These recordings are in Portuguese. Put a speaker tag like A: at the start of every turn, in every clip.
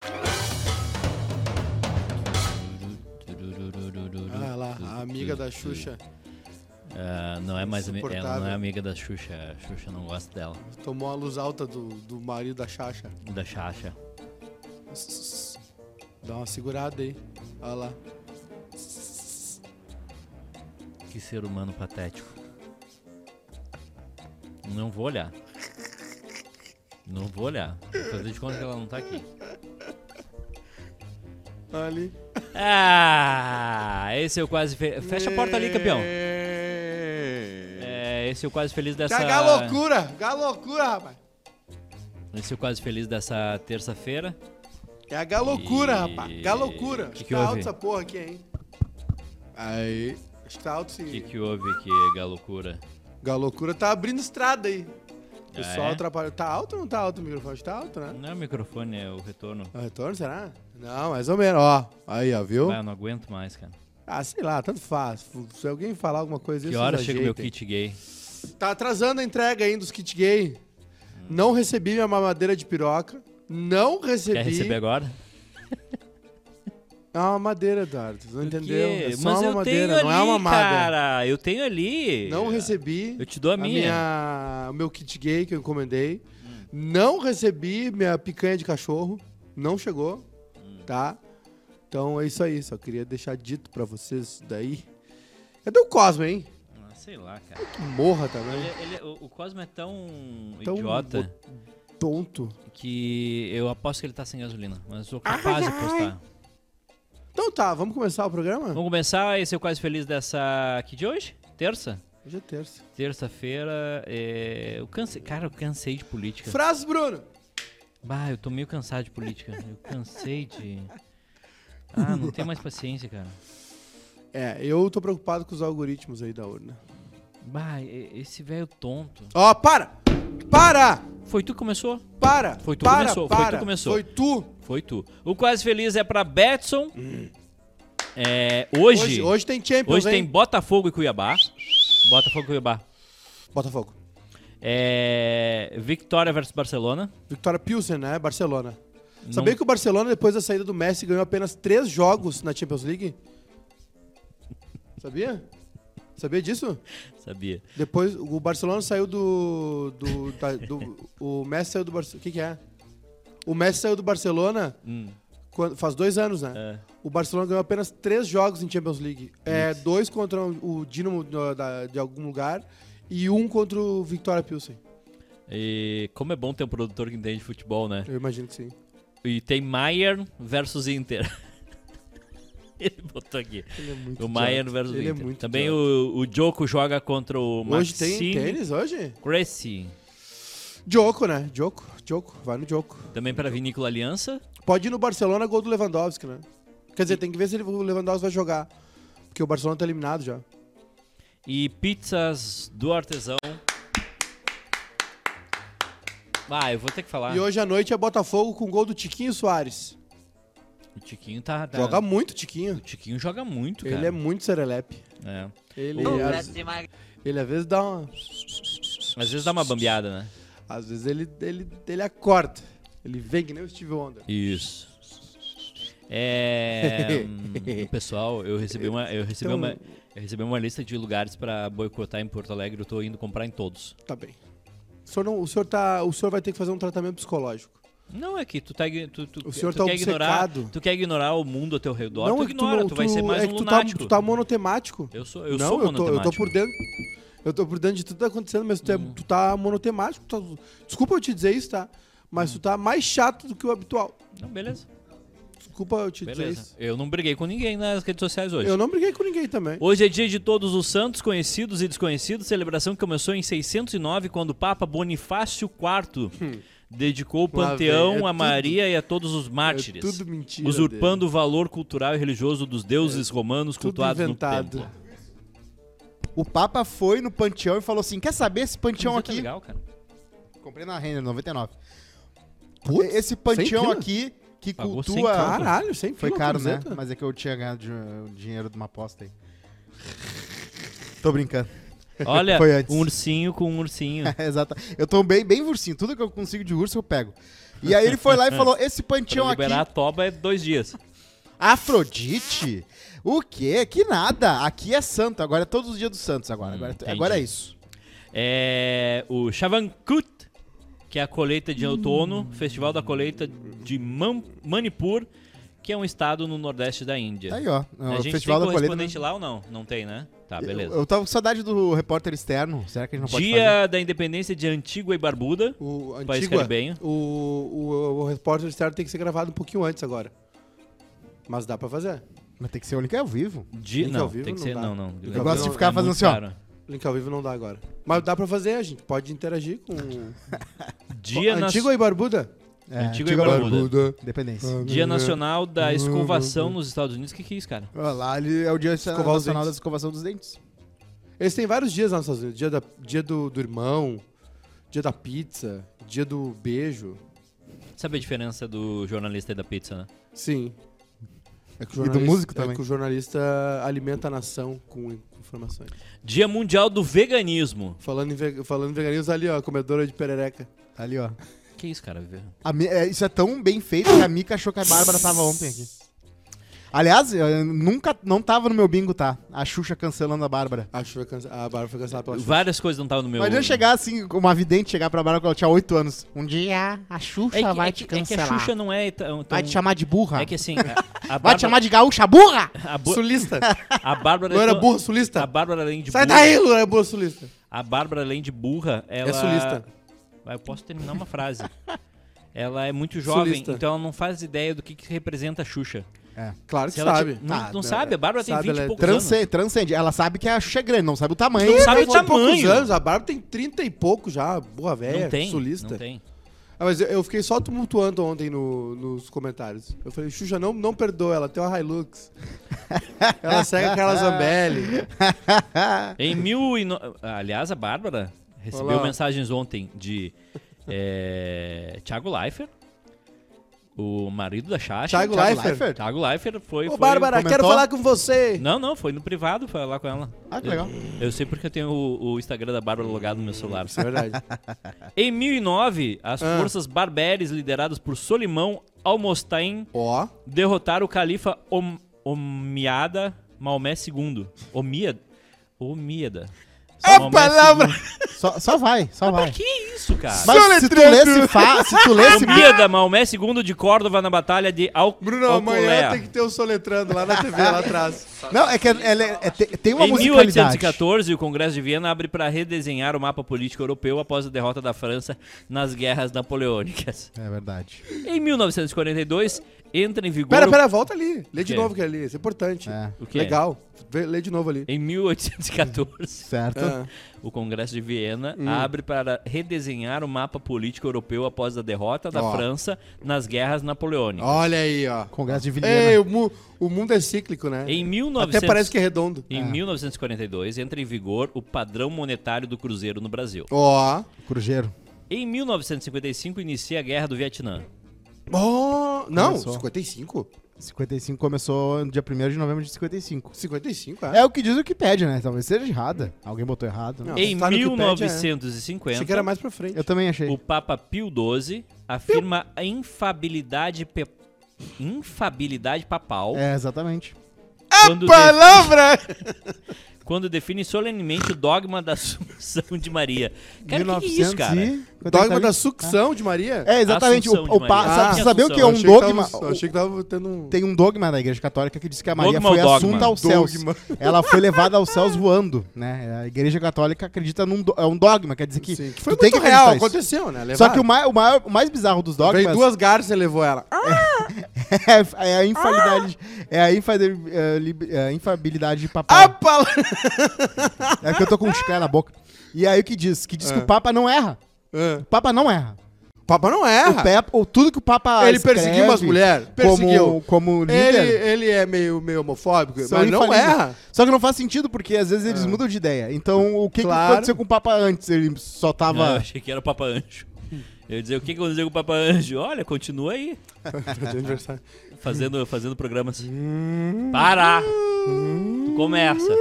A: Tá
B: Ah, amiga
A: tu-
B: da
A: tu-
B: Xuxa.
A: Ah, não é mais ami- ela
B: Insuportável.
A: não é amiga da Xuxa. A Xuxa não gosta dela.
B: Tomou a luz alta do, do marido da Xaxa.
A: Da Xaxa.
B: Dá uma segurada aí. Olha lá.
A: Que ser humano patético. Não vou olhar. Não vou olhar. Vou fazer de conta que ela não tá aqui.
B: Olha ali.
A: Ah, esse é o quase fe... Fecha a porta ali, campeão.
C: É.
A: É, esse é o quase feliz dessa.
B: Essa... Galocura! Galocura, rapaz!
A: Esse é o quase feliz dessa terça-feira.
B: É a galocura,
A: E-
B: rapaz. Galocura.
A: Que
B: Acho
A: que
B: tá
A: houve?
B: alto essa porra aqui, hein? Aí. Acho que tá alto sim.
A: O que, que houve que galocura?
B: Galocura tá abrindo estrada aí. O pessoal
A: Ah, é?
B: atrapalha. Tá alto ou não tá alto o microfone? Acho que tá alto, né?
A: Não é o microfone, é o retorno.
B: É o retorno, será? Não, mais ou menos. Ó, aí, ó, viu?
A: Ah, eu não aguento mais, cara.
B: Ah, sei lá, tanto faz. F- Se alguém falar alguma coisa,
A: Que
B: isso
A: hora
B: vocês
A: chega o meu
B: ajeitem.
A: kit gay?
B: Tá atrasando a entrega ainda dos kit gay. Não recebi minha mamadeira de piroca. Não recebi.
A: Quer receber agora?
B: É uma madeira, Eduardo. Não
A: Por quê?
B: entendeu? É só
A: Mas
B: uma
A: eu
B: madeira,
A: tenho
B: não
A: ali,
B: é uma madeira.
A: cara. Eu tenho ali. Ah,
B: Não recebi.
A: Eu te dou a minha.
B: o meu kit gay que eu encomendei. Não recebi minha picanha de cachorro. Não chegou. Tá? Então é isso aí. Só queria deixar dito pra vocês isso daí. Cadê o Cosmo, hein?
A: Ah, sei lá, cara.
B: Que morra também.
A: Ele- ele- o, o Cosmo é tão,
B: Tão
A: idiota
B: Tonto.
A: que eu aposto que ele tá sem gasolina. Mas eu sou capaz de apostar.
B: Então tá, vamos começar o programa?
A: Vamos começar esse é o Quase Feliz dessa. Que de hoje? Terça?
B: Hoje é terça.
A: Terça-feira. é, Eu cansei. Cara, eu cansei de política.
B: Frases, Bruno!
A: Bah, eu tô meio cansado de política. Eu cansei de. Ah, não tenho mais paciência, cara.
B: É, eu tô preocupado com os algoritmos aí da urna.
A: Bah, e- esse velho tonto.
B: Ó, para! Para!
A: Foi tu que começou?
B: Para!
A: Foi tu que
B: para,
A: começou, foi tu
B: Para.
A: que começou.
B: Foi tu.
A: Foi tu. O Quase Feliz é pra Betson. É, hoje,
B: Hum. Hoje,
A: hoje,
B: hoje tem Champions,
A: tem
B: hein?
A: Botafogo e Cuiabá. Botafogo e Cuiabá.
B: Botafogo.
A: É, Vitória versus Barcelona.
B: Vitória Pilsen, né? Barcelona.
A: Não-
B: Sabia que o Barcelona, depois da saída do Messi, ganhou apenas três jogos na Champions League? Sabia? Sabia disso?
A: Sabia.
B: Depois, o Barcelona saiu do. do, da- do- o Messi saiu do Barcelona. O que, que é? O Messi saiu do Barcelona
A: Hum,
B: quando- faz dois anos, né?
A: é.
B: O Barcelona ganhou apenas três jogos em Champions League. É, dois contra o Dinamo do- da- de algum lugar e um contra o Victoria Pilsen.
A: E como é bom ter um produtor que entende de futebol, né?
B: Eu imagino que sim.
A: E tem Maier versus Inter. Ele botou aqui.
B: Ele é muito
A: O Maier
B: idiota.
A: versus
B: Ele é
A: Inter.
B: muito
A: Também
B: idiota.
A: o, o Joko joga contra o
B: Hoje tem
A: Maxime
B: tênis, hoje?
A: Cressy.
B: Dioco, né? Dioco, Dioco, vai no Dioco.
A: Também pra Vinícola Aliança.
B: Pode ir no Barcelona, gol do Lewandowski, né? Quer dizer, tem que ver se ele- o Lewandowski vai jogar. Porque o Barcelona tá eliminado já.
A: E pizzas do artesão. Ah, eu vou ter que falar.
B: E hoje à noite é Botafogo com gol do Tiquinho Soares.
A: O Tiquinho tá. tá-
B: Joga muito, Tiquinho.
A: O Tiquinho joga muito, cara.
B: Ele é muito serelepe.
A: É.
B: Ele,
A: Não,
B: às, ele às vezes dá uma.
A: Às vezes dá uma bambeada, né?
B: Às vezes ele, ele, ele acorda. Ele vem que nem o Steve Wonder.
A: Isso. É, hum, pessoal, eu recebi uma, eu recebi
B: Então-
A: uma, eu recebi uma lista de lugares pra boicotar em Porto Alegre. Eu tô indo comprar em todos.
B: Tá bem. O senhor, não, o, senhor tá, o senhor vai ter que fazer um tratamento psicológico.
A: Não é que tu tá, ign- tu, tu,
B: O senhor
A: tu
B: tá
A: quer ignorar,
B: obcecado.
A: tu quer ignorar o mundo ao teu redor. tu
B: é que
A: ignora, tu,
B: não-
A: vai ser mais
B: é
A: um
B: que tu tá,
A: lunático.
B: tu tá monotemático.
A: Eu sou, eu
B: não,
A: sou
B: eu tô, eu tô
A: monotemático. Uhum.
B: por dentro. Eu tô por dentro de tudo que tá acontecendo, mas tu, é- tu tá monotemático. tu tá- desculpa eu te dizer isso, tá? Mas tu tá mais chato do que o habitual.
A: Não, beleza.
B: Desculpa eu te dizer
A: Beleza.
B: é isso.
A: Eu não briguei com ninguém nas redes sociais hoje.
B: Eu não briguei com ninguém também.
A: Hoje é dia de todos os santos, conhecidos e desconhecidos. Celebração que começou em 609, quando o Papa Bonifácio IV dedicou o
B: Hum. Lá
A: panteão
B: vem, é
A: a
B: tudo-
A: Maria e a todos os
B: É
A: mártires,
B: tudo mentira. É
A: usurpando o valor cultural e religioso dos deuses romanos
B: tudo
A: cultuados
B: inventado.
A: no templo.
C: O Papa foi no panteão e falou assim: quer saber esse
B: um
C: panteão
A: Mas é que é
C: aqui?
A: legal, cara.
C: Comprei na Renner 99.
B: Putz,
C: esse
B: 100
C: panteão
B: pila?
C: aqui que
A: Pagou 100
C: cultua.
A: pila.
B: Caralho, sem
C: né? Foi
B: fila,
C: caro, né?
B: camiseta.
C: Mas é que eu tinha ganhado de- um, dinheiro de uma aposta aí. Tô brincando.
A: Olha,
C: Foi antes.
A: um ursinho com um ursinho.
C: Exato. Eu tô bem, bem ursinho. Tudo que eu consigo de urso eu pego. E aí ele foi lá e falou: esse
A: Pra
B: um
C: panteão aqui.
A: liberar a toba é dois dias.
C: Afrodite? O quê? Que nada. Aqui é santo. Agora é todos os dias dos santos agora. Agora,
A: Hum, entendi.
C: agora é isso.
A: É o Chavankut, que é a colheita de outono, festival da colheita de Man- Manipur, que é um estado no nordeste da Índia.
C: Tá aí, ó.
A: a
C: o
A: gente
C: Festival
A: tem
C: da Colheita.
A: correspondente lá ou não? Não tem, né? Tá, beleza.
C: Eu, eu tava com saudade do repórter externo. Será que a gente não pode fazer?
A: Dia da Independência de Antigua e Barbuda.
B: O
A: País
B: Antigua,
A: caribenho.
B: o, o, o repórter externo tem que ser gravado um pouquinho antes agora. Mas dá pra fazer.
C: Mas tem que ser o link ao vivo.
A: Dia,
B: Link
A: não,
B: ao vivo
A: tem que
B: não
A: ser.
B: dá.
A: Não, não.
B: Eu gosto de
C: ficar fazendo
A: muito
C: assim, ó.
A: caro.
B: Link ao vivo não dá agora. Mas dá pra fazer, a gente pode interagir com...
A: Dia, nas-
B: Antigua e Barbuda?
C: É, Ah,
A: Antigo e
C: Antigo
A: Barbuda.
C: Independência.
A: Dia Nacional da Escovação nos Estados Unidos. O que, que é isso, cara?
C: Olha lá ele é o Dia
B: Escovar os
C: Nacional da
B: dentes.
C: Escovação dos Dentes.
B: Eles têm vários dias lá nos Estados Unidos. Dia, da- dia do, do irmão, dia da pizza, dia do beijo.
A: Sabe a diferença do jornalista e da pizza, né?
B: Sim. É que
C: E do
B: jornalista-
C: músico
B: é
C: também.
B: que o jornalista alimenta a nação com in- com informações.
A: Dia Mundial do Veganismo.
B: Falando em, ve- falando em veganismo tá ali, ó, comedora de perereca.
C: Tá ali, ó.
A: Que isso, cara?
C: A Mi- é, isso é tão bem feito que a Mica achou que a Bárbara tava ontem aqui. Aliás, eu nunca não tava no meu bingo, tá? A Xuxa cancelando a Bárbara.
B: Acho que foi cancelada. A Bárbara foi cancelada pela Xuxa.
A: Várias coisas não estavam no meu...
C: Imagina chegar assim, uma vidente chegar pra Bárbara quando ela tinha 8 anos. Um dia a Xuxa
A: É que,
C: vai
A: é,
C: te
A: que, é que a
C: cancelar.
A: Xuxa não é tão... tão-
C: Vai te chamar de burra.
A: É que assim... A, a
C: Vai
A: Bárbara,
C: te chamar de gaúcha burra!
A: a, Bu-
B: Sulista!
A: a Bárbara...
B: Não
A: é
B: era
A: tão-
B: burra
A: A
B: sulista?
A: Bárbara, além de
B: Sai
A: burra...
B: daí, não era burra sulista.
A: A Bárbara, além de burra, ela...
B: É sulista.
A: Ah, Eu posso terminar uma frase. Ela é muito jovem,
B: Sulista.
A: então ela não faz ideia do que, que representa a Xuxa.
B: Claro que
A: Se ela
B: sabe.
A: ti- Não,
B: Ah,
A: não sabe, a Bárbara tem
B: sabe,
A: 20
B: ela
A: e
B: é
A: poucos anos.
C: Transcende, transcende. Ela sabe que a Xuxa é grande, não sabe o tamanho.
A: Não sabe o
B: Tem vinte e poucos
A: tamanho.
B: anos, a Bárbara tem 30 e pouco já, burra
A: Não
B: velha,
A: tem,
B: É, sulista.
A: não tem.
B: Ah, mas eu, eu fiquei só tumultuando ontem no- nos comentários. Eu falei, Xuxa, não, não perdoa, ela tem uma Hilux. ela segue a Carla Zambelli.
A: Em mil e no... Aliás, a Bárbara recebeu
B: É. Olá.
A: mensagens ontem de eh, Thiago Leifert, o marido da Chacha.
B: Thiago Leifert.
A: Thiago Leifert foi...
B: Ô,
A: foi-
B: Bárbara, quero
C: comentou?
B: falar com você.
A: Não, não, foi no privado falar com ela.
C: Ah, que legal.
A: Eu sei porque eu tenho o, o Instagram da Bárbara logado no meu celular.
B: Isso é verdade.
A: Em 1009, as
B: Ah.
A: forças barbéries lideradas por Solimão Almostain
B: Ó,
A: derrotaram o califa Om- Omiada Maomé II. Omíada? Omíada.
B: A
A: Maomé
B: palavra!
A: II.
C: Só, só vai, só vai.
A: Que isso, cara?
C: Mas se tu
B: Soletrando.
C: lesse, fa, se tu lesse
A: Omíada Maomé II de Córdova na batalha de Al
B: Bruno, amanhã tem que ter o soletrando lá na TV, lá atrás.
C: Não, é que ela é- é- tem- tem uma
A: Em
C: musicalidade.
A: 1814, o Congresso de Viena abre para redesenhar o mapa político europeu após a derrota da França nas guerras napoleônicas.
C: É verdade.
A: Em 1942, entra em vigor.
B: Pera,
A: o-
B: pera, volta ali. Lê
A: quê?
B: de novo que é ali, isso é importante.
C: É.
A: O quê?
B: Legal. Vê- Lê de novo ali.
A: Em 1814,
C: Certo.
B: Ah.
A: o Congresso de Viena
B: Hum.
A: abre para redesenhar o mapa político europeu após a derrota da
B: Ó.
A: França nas guerras napoleônicas.
B: Olha aí, ó.
C: Congresso de Vilhena.
B: Ah. Ei, o, mu- o mundo é cíclico, né?
A: Em 1900...
B: Até parece que é redondo.
A: Em 1942, entra em vigor o padrão monetário do cruzeiro no Brasil.
B: Ó.
C: Cruzeiro.
A: Em 1955, inicia a Guerra do Vietnã.
B: Ó. Não,
C: Começou.
B: 55?
C: 55 começou no dia 1 de novembro de 55.
B: 55,
A: Tá.
B: é.
C: É o que diz o que pede, né? Talvez seja errada. Alguém botou errado. né?
B: Não.
A: em
B: tá no Wikipedia, Achei que
A: 1950,
B: era é mais pra frente.
C: É, Eu também achei.
A: o Papa Pio XII afirma a infabilidade, pe... infabilidade papal
C: É, exatamente.
A: quando, de-
B: Palavra!
A: quando define solenemente o dogma da Assunção de Maria. Cara, o que, que é isso, cara?
C: 1900 e-
B: Dogma da sucção de Maria?
C: É, exatamente. O,
A: Assunção de
C: o pa...
A: Maria.
C: sabe-
B: Ah,
C: sabe o que é
A: Assunção.
B: Achei
C: um
B: que
C: dogma?
B: tava- Achei que tava tendo um...
C: Tem um dogma na igreja católica que diz que a Maria
A: Dogma
C: foi
A: ou dogma?
C: assunta aos céus.
B: Dogma.
C: Ela foi levada aos céus voando, né? A igreja católica acredita num do... é um dogma, quer dizer que,
B: Sim, que
C: tu
B: foi
C: tem
B: muito
C: que
B: real,
C: acreditar isso.
B: aconteceu, né?
C: Só que
B: Levaram.
C: o é Ah. mai- o maior- o mais bizarro dos dogmas
B: Veio duas garças e levou ela.
C: É, é a infalidade. É a infali- é, lib- é a infabilidade de papal.
B: Ah, palavra! Ah!
C: É que eu tô com um chiclete na boca. E aí o que diz? Que diz que o Papa não erra. O Papa não erra.
B: O Papa não
C: Ah. O
B: erra.
C: Papa, ou tudo que o Papa.
B: Ele
C: escreve
B: perseguiu umas mulheres.
C: Como,
B: Perseguiu.
C: como
B: Ele,
C: líder.
B: ele é meio, meio homofóbico,
C: são
B: mas não
C: infalíveis.
B: erra.
C: Só que não faz sentido, porque às vezes eles mudam de ideia. Então, o que, que
B: É. Claro.
C: aconteceu com o Papa antes? Ele só
A: Não, eu
C: tava.
A: achei que era o Papa Anjo. Eu ia dizer, o que que aconteceu com o Papa Anjo? Olha, continua aí, fazendo, fazendo programas. Para! Tu
B: É.
A: começa.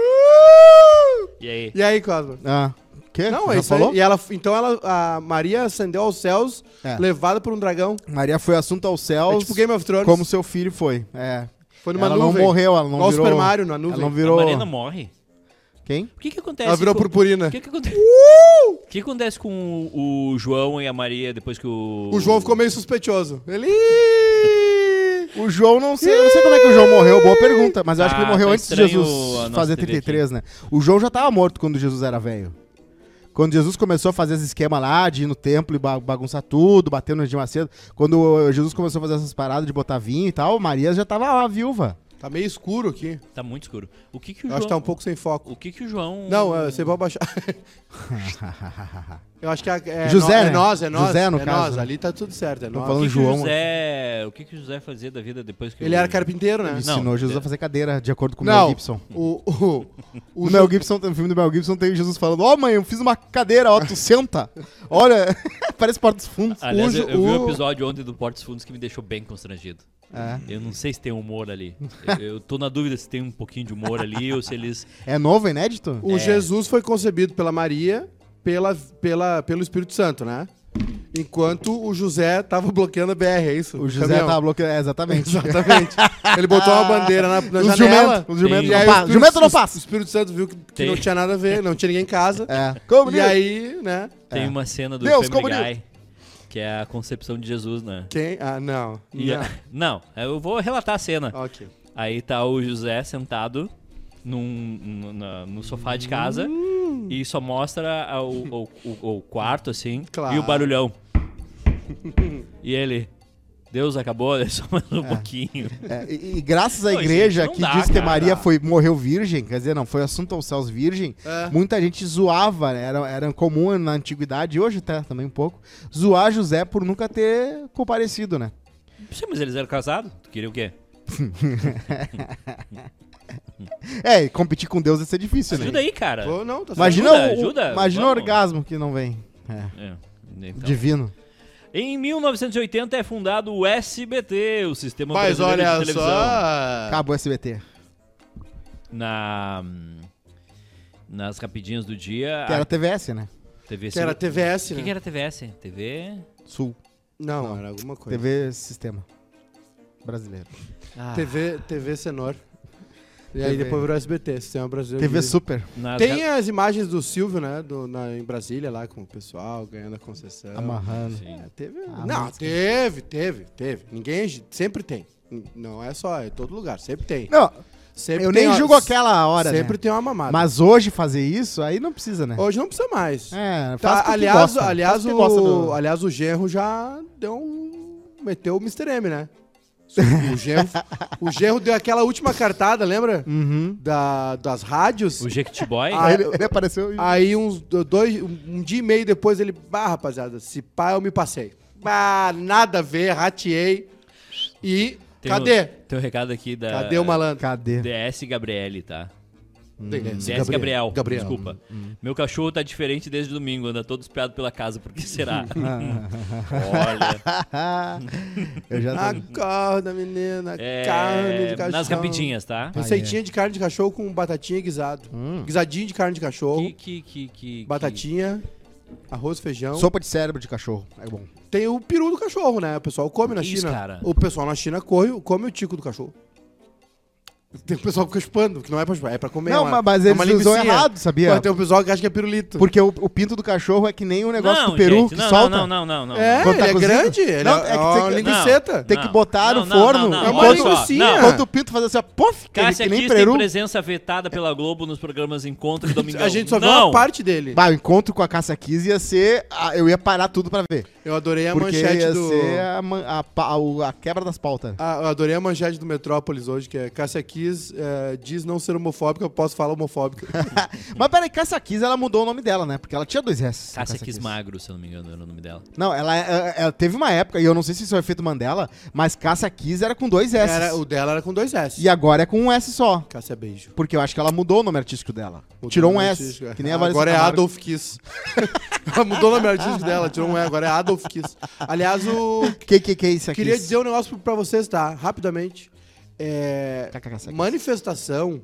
A: E aí?
B: E aí, Cosma?
C: Ah. Quê?
B: Não,
C: Já
B: é isso
C: falou?
B: aí. E ela, então ela, a Maria ascendeu aos céus,
C: É.
B: levada por um dragão.
C: Maria foi assunto aos
B: É
C: céus.
B: tipo Game of Thrones.
C: Como seu filho foi. É.
B: Foi numa
C: Ela não
B: nuvem.
C: morreu, ela não
B: Igual o
C: virou...
B: Super Mario, na
C: ela
B: nuvem.
C: não
A: A
C: virou...
A: Marina morre.
C: Quem?
A: O que que acontece?
B: Ela virou Uh!
A: com...
B: purpurina.
A: O que que acontece? O que que acontece com o, o João e a Maria depois que o...
B: O João ficou meio suspeitioso. Ele... Ih!
C: O João, não sei, eu não sei como é que o João morreu, boa pergunta. Mas eu acho que ele
A: Ah,
C: morreu
A: tá
C: antes de
A: estranho a
C: Jesus
A: nossa
C: fazer
A: TV
C: 33, né? O João já tava morto quando Jesus era velho. Quando Jesus começou a fazer esse esquema lá de ir no templo e ba- bagunçar tudo, bater no Edir Macedo. Quando Jesus começou a fazer essas paradas de botar vinho e tal, Maria já tava lá, viúva.
B: Tá meio escuro aqui.
A: Tá muito escuro. O que que o
B: Eu
A: João...
B: acho que tá um pouco sem foco.
A: O que que o João...
B: Não, é, você pode baixar. Eu acho que é, é
C: José,
B: nó- é
C: né?
B: nós, é nós.
C: José, no
B: é
C: caso,
B: nós.
C: né?
B: Ali tá tudo certo, é
C: Tô
B: nós.
A: O
C: falando-
A: que que o
C: João.
A: José... O que que o José fazia da vida depois que...
B: Ele
A: o-
B: era carpinteiro, né?
C: Ensinou
A: Não,
C: Jesus
A: é-
C: a fazer cadeira, de acordo com o Mel
B: Não.
C: Gibson.
B: O, o, o,
C: O Mel Gibson, no filme do Mel Gibson, tem Jesus falando: Ó, mãe, eu fiz uma cadeira, ó, tu senta. Olha, parece Porta dos Fundos.
A: Aliás,
B: o
A: eu,
B: Jo-
A: eu vi um
B: o-
A: episódio ontem do Portos Fundos que me deixou bem constrangido.
C: É.
A: Eu não sei se tem humor ali. Eu, eu tô na dúvida se tem um pouquinho de humor ali ou se eles...
C: É novo, é inédito?
B: O
A: É.
B: Jesus foi concebido pela Maria, pela, pela, pelo Espírito Santo, né? Enquanto o José tava bloqueando a BR, é isso?
C: O José
B: Caminhão.
C: tava bloqueando. É, exatamente.
B: Exatamente. Ele botou uma bandeira na, na
C: Os
B: janela.
C: jumentos, os jumentos
A: Sim.
B: E aí o
C: não passam.
B: Espírito-
C: Jumento não
B: O
C: passa.
B: Espírito Santo viu que, que
A: Tem.
B: não tinha nada a ver, não tinha ninguém em casa.
C: É. Como
B: E aí, né?
A: Tem uma cena do
C: Deus, como
A: Family Guy, que é a concepção de Jesus, né?
B: Quem? Ah, não.
A: E a- não, eu vou relatar a cena.
B: Não. Ok.
A: Aí tá o José sentado num, no, na- no sofá de casa e só mostra a- o, o- o- o quarto, assim,
B: Claro.
A: e o barulhão. e ele, Deus acabou, só mais um pouquinho.
C: É, e, e graças à
A: Não, gente,
C: igreja
A: não
C: que
A: dá,
C: diz que
A: cara.
C: Maria foi, morreu virgem, quer dizer, não, foi assunto aos céus virgem,
B: É.
C: muita gente zoava, né, era, era comum na antiguidade, e hoje até também um pouco, zoar José por nunca ter comparecido, né?
A: Sim, mas eles eram casados? Tu queria o quê?
C: É, e competir com Deus ia ser difícil, né?
A: Ajuda aí, cara.
B: Pô, não, tá certo.
C: Imagina,
A: Ajuda,
C: o,
A: ajuda,
C: imagina o
A: vamos.
C: orgasmo que não vem. É,
A: É, então.
C: Divino.
A: Em 1980 é fundado o SBT, o Sistema
B: Mas
A: Brasileiro de
B: olha
A: Televisão. É.
B: só.
C: Acabou o SBT.
A: na nas rapidinhas do dia
C: Que era TVS, né?
A: a TV
B: Que era TVS,
A: o que,
B: né?
A: que era TVS TV
C: Sul.
B: Não, era alguma coisa.
C: TV Sistema. Brasileiro.
A: ah,
B: TV, TV Senor. E aí
C: TV.
B: depois virou SBT, Sistema Brasileiro.
C: TV
B: de-
C: Super.
A: nas
B: Tem
A: ra-
B: as imagens do Silvio, né? do- na, em Brasília, lá com o pessoal, ganhando a concessão.
C: Amarrando.
B: É, teve.
C: Ah,
B: não,
C: mas-
B: teve, teve, teve. Ninguém. Sempre tem. N- Não é só, é todo lugar. Sempre tem.
C: Não,
B: Sempre
C: eu
B: tem
C: nem
B: uma-
C: julgo aquela hora, né?
B: Sempre tem uma mamada.
C: Mas hoje fazer isso, aí não precisa, né?
B: Hoje não precisa mais.
C: É,
B: Tá,
C: faz tá,
B: aliás,
C: gosta.
B: aliás,
C: Faz o que
B: o,
C: gosta do-
B: aliás, o Genro já deu um. meteu o Mr. M, né? O Genro, o Genro deu aquela última cartada, lembra?
C: Uhum.
B: Da, das rádios.
A: o Jequitiboy
B: Ah,
C: Aí ele, ele apareceu e...
B: Aí uns do- dois, um um dia e meio depois ele, bah, rapaziada, se pá, eu me passei. Bah, nada a ver, rateei. E
A: tem
B: cadê?
A: um, tem um recado aqui da
B: Cadê o malandro?
C: Cadê?
A: DS Gabriele tá
B: Beleza,
A: DS Gabriel,
B: Hum. Gabriel. Hum,
A: desculpa meu cachorro tá diferente desde domingo anda todo espiado pela casa por que será olha
C: eu já sabia.
B: Acorda, menina,
A: Tá é,
B: carne de cachorro.
A: nas rapidinhas tá
B: Receitinha de carne de cachorro com batatinha e guisado.
C: Hum.
B: Guisadinho de carne de cachorro,
A: que, que, que, que-
B: batatinha, arroz, feijão.
C: Sopa de cérebro de cachorro. É bom.
B: Tem o peru do cachorro, né? O pessoal come na
A: Isso,
B: China.
A: cara.
B: O pessoal na China corre, come o tico do cachorro. Tem o pessoal que fica chupando, que não é pra chupar, é pra comer. é
C: Não,
B: uma,
C: mas- mas
B: é
C: eles
B: uma
C: usam
B: linguicinha.
C: errado, sabia?
B: Pô, tem um pessoal que acha que é pirulito.
C: Porque o, o pinto do cachorro é que nem o
A: que-
C: negócio
A: não,
C: do peru
A: gente,
C: que
A: não,
C: solta.
A: não não não não
B: É,
C: Quando
B: ele
C: tá
B: é
C: cozido?
B: grande, ele
C: Não,
B: é,
C: é que
B: ó,
C: tem
B: uma
C: que-
A: Não,
B: linguiça.
C: Tem que botar no
A: não, não,
C: forno,
A: não, não,
B: é uma
A: olha só,
B: linguicinha.
A: não.
C: Enquanto o pinto faz assim, ó, puff, que, ele-
A: Cássia
C: que nem
A: Kiss tem
C: peru.
A: presença vetada pela Globo nos programas Encontro e Domingão.
B: A gente só vê
A: Não.
B: uma parte dele.
C: Bah, o encontro com a Caça Kiss ia ser... ah, eu ia parar tudo pra ver.
B: Eu adorei a
C: porque
B: manchete
C: ia
B: do.
C: ser a, man- a pa- o- a quebra das pautas.
B: Ah, eu adorei a manchete do Metrópolis hoje, que é Cássia Kiss eh, diz não ser homofóbica, eu posso falar homofóbica.
C: Mas peraí, Caça Kiss, ela mudou o nome dela, né? Porque ela tinha dois S.
A: Cássia Kiss
C: Kiss.
A: Magro, se eu não me engano, era o nome dela.
C: Não, ela, ela- ela teve uma época, e eu não sei se isso é o efeito Mandela, mas Caça Kiss era com dois S.
B: Era, o dela era com dois S.
C: E agora é com um S só.
B: Cássia Beijo.
C: Porque eu acho que ela mudou o nome artístico dela.
B: Mudou
C: Tirou
B: o
C: um
B: nome
C: S.
B: artístico,
C: Que nem a Vanessa
B: Agora é
C: Camargo.
B: Adolf Kiss. Ela mudou o nome artístico dela, tirou um E, agora é Adolf Kiss. Aliás, o.
C: KKK é isso aqui.
B: Queria dizer um negócio pra vocês, tá? Rapidamente. É,
C: KKK.
B: manifestação,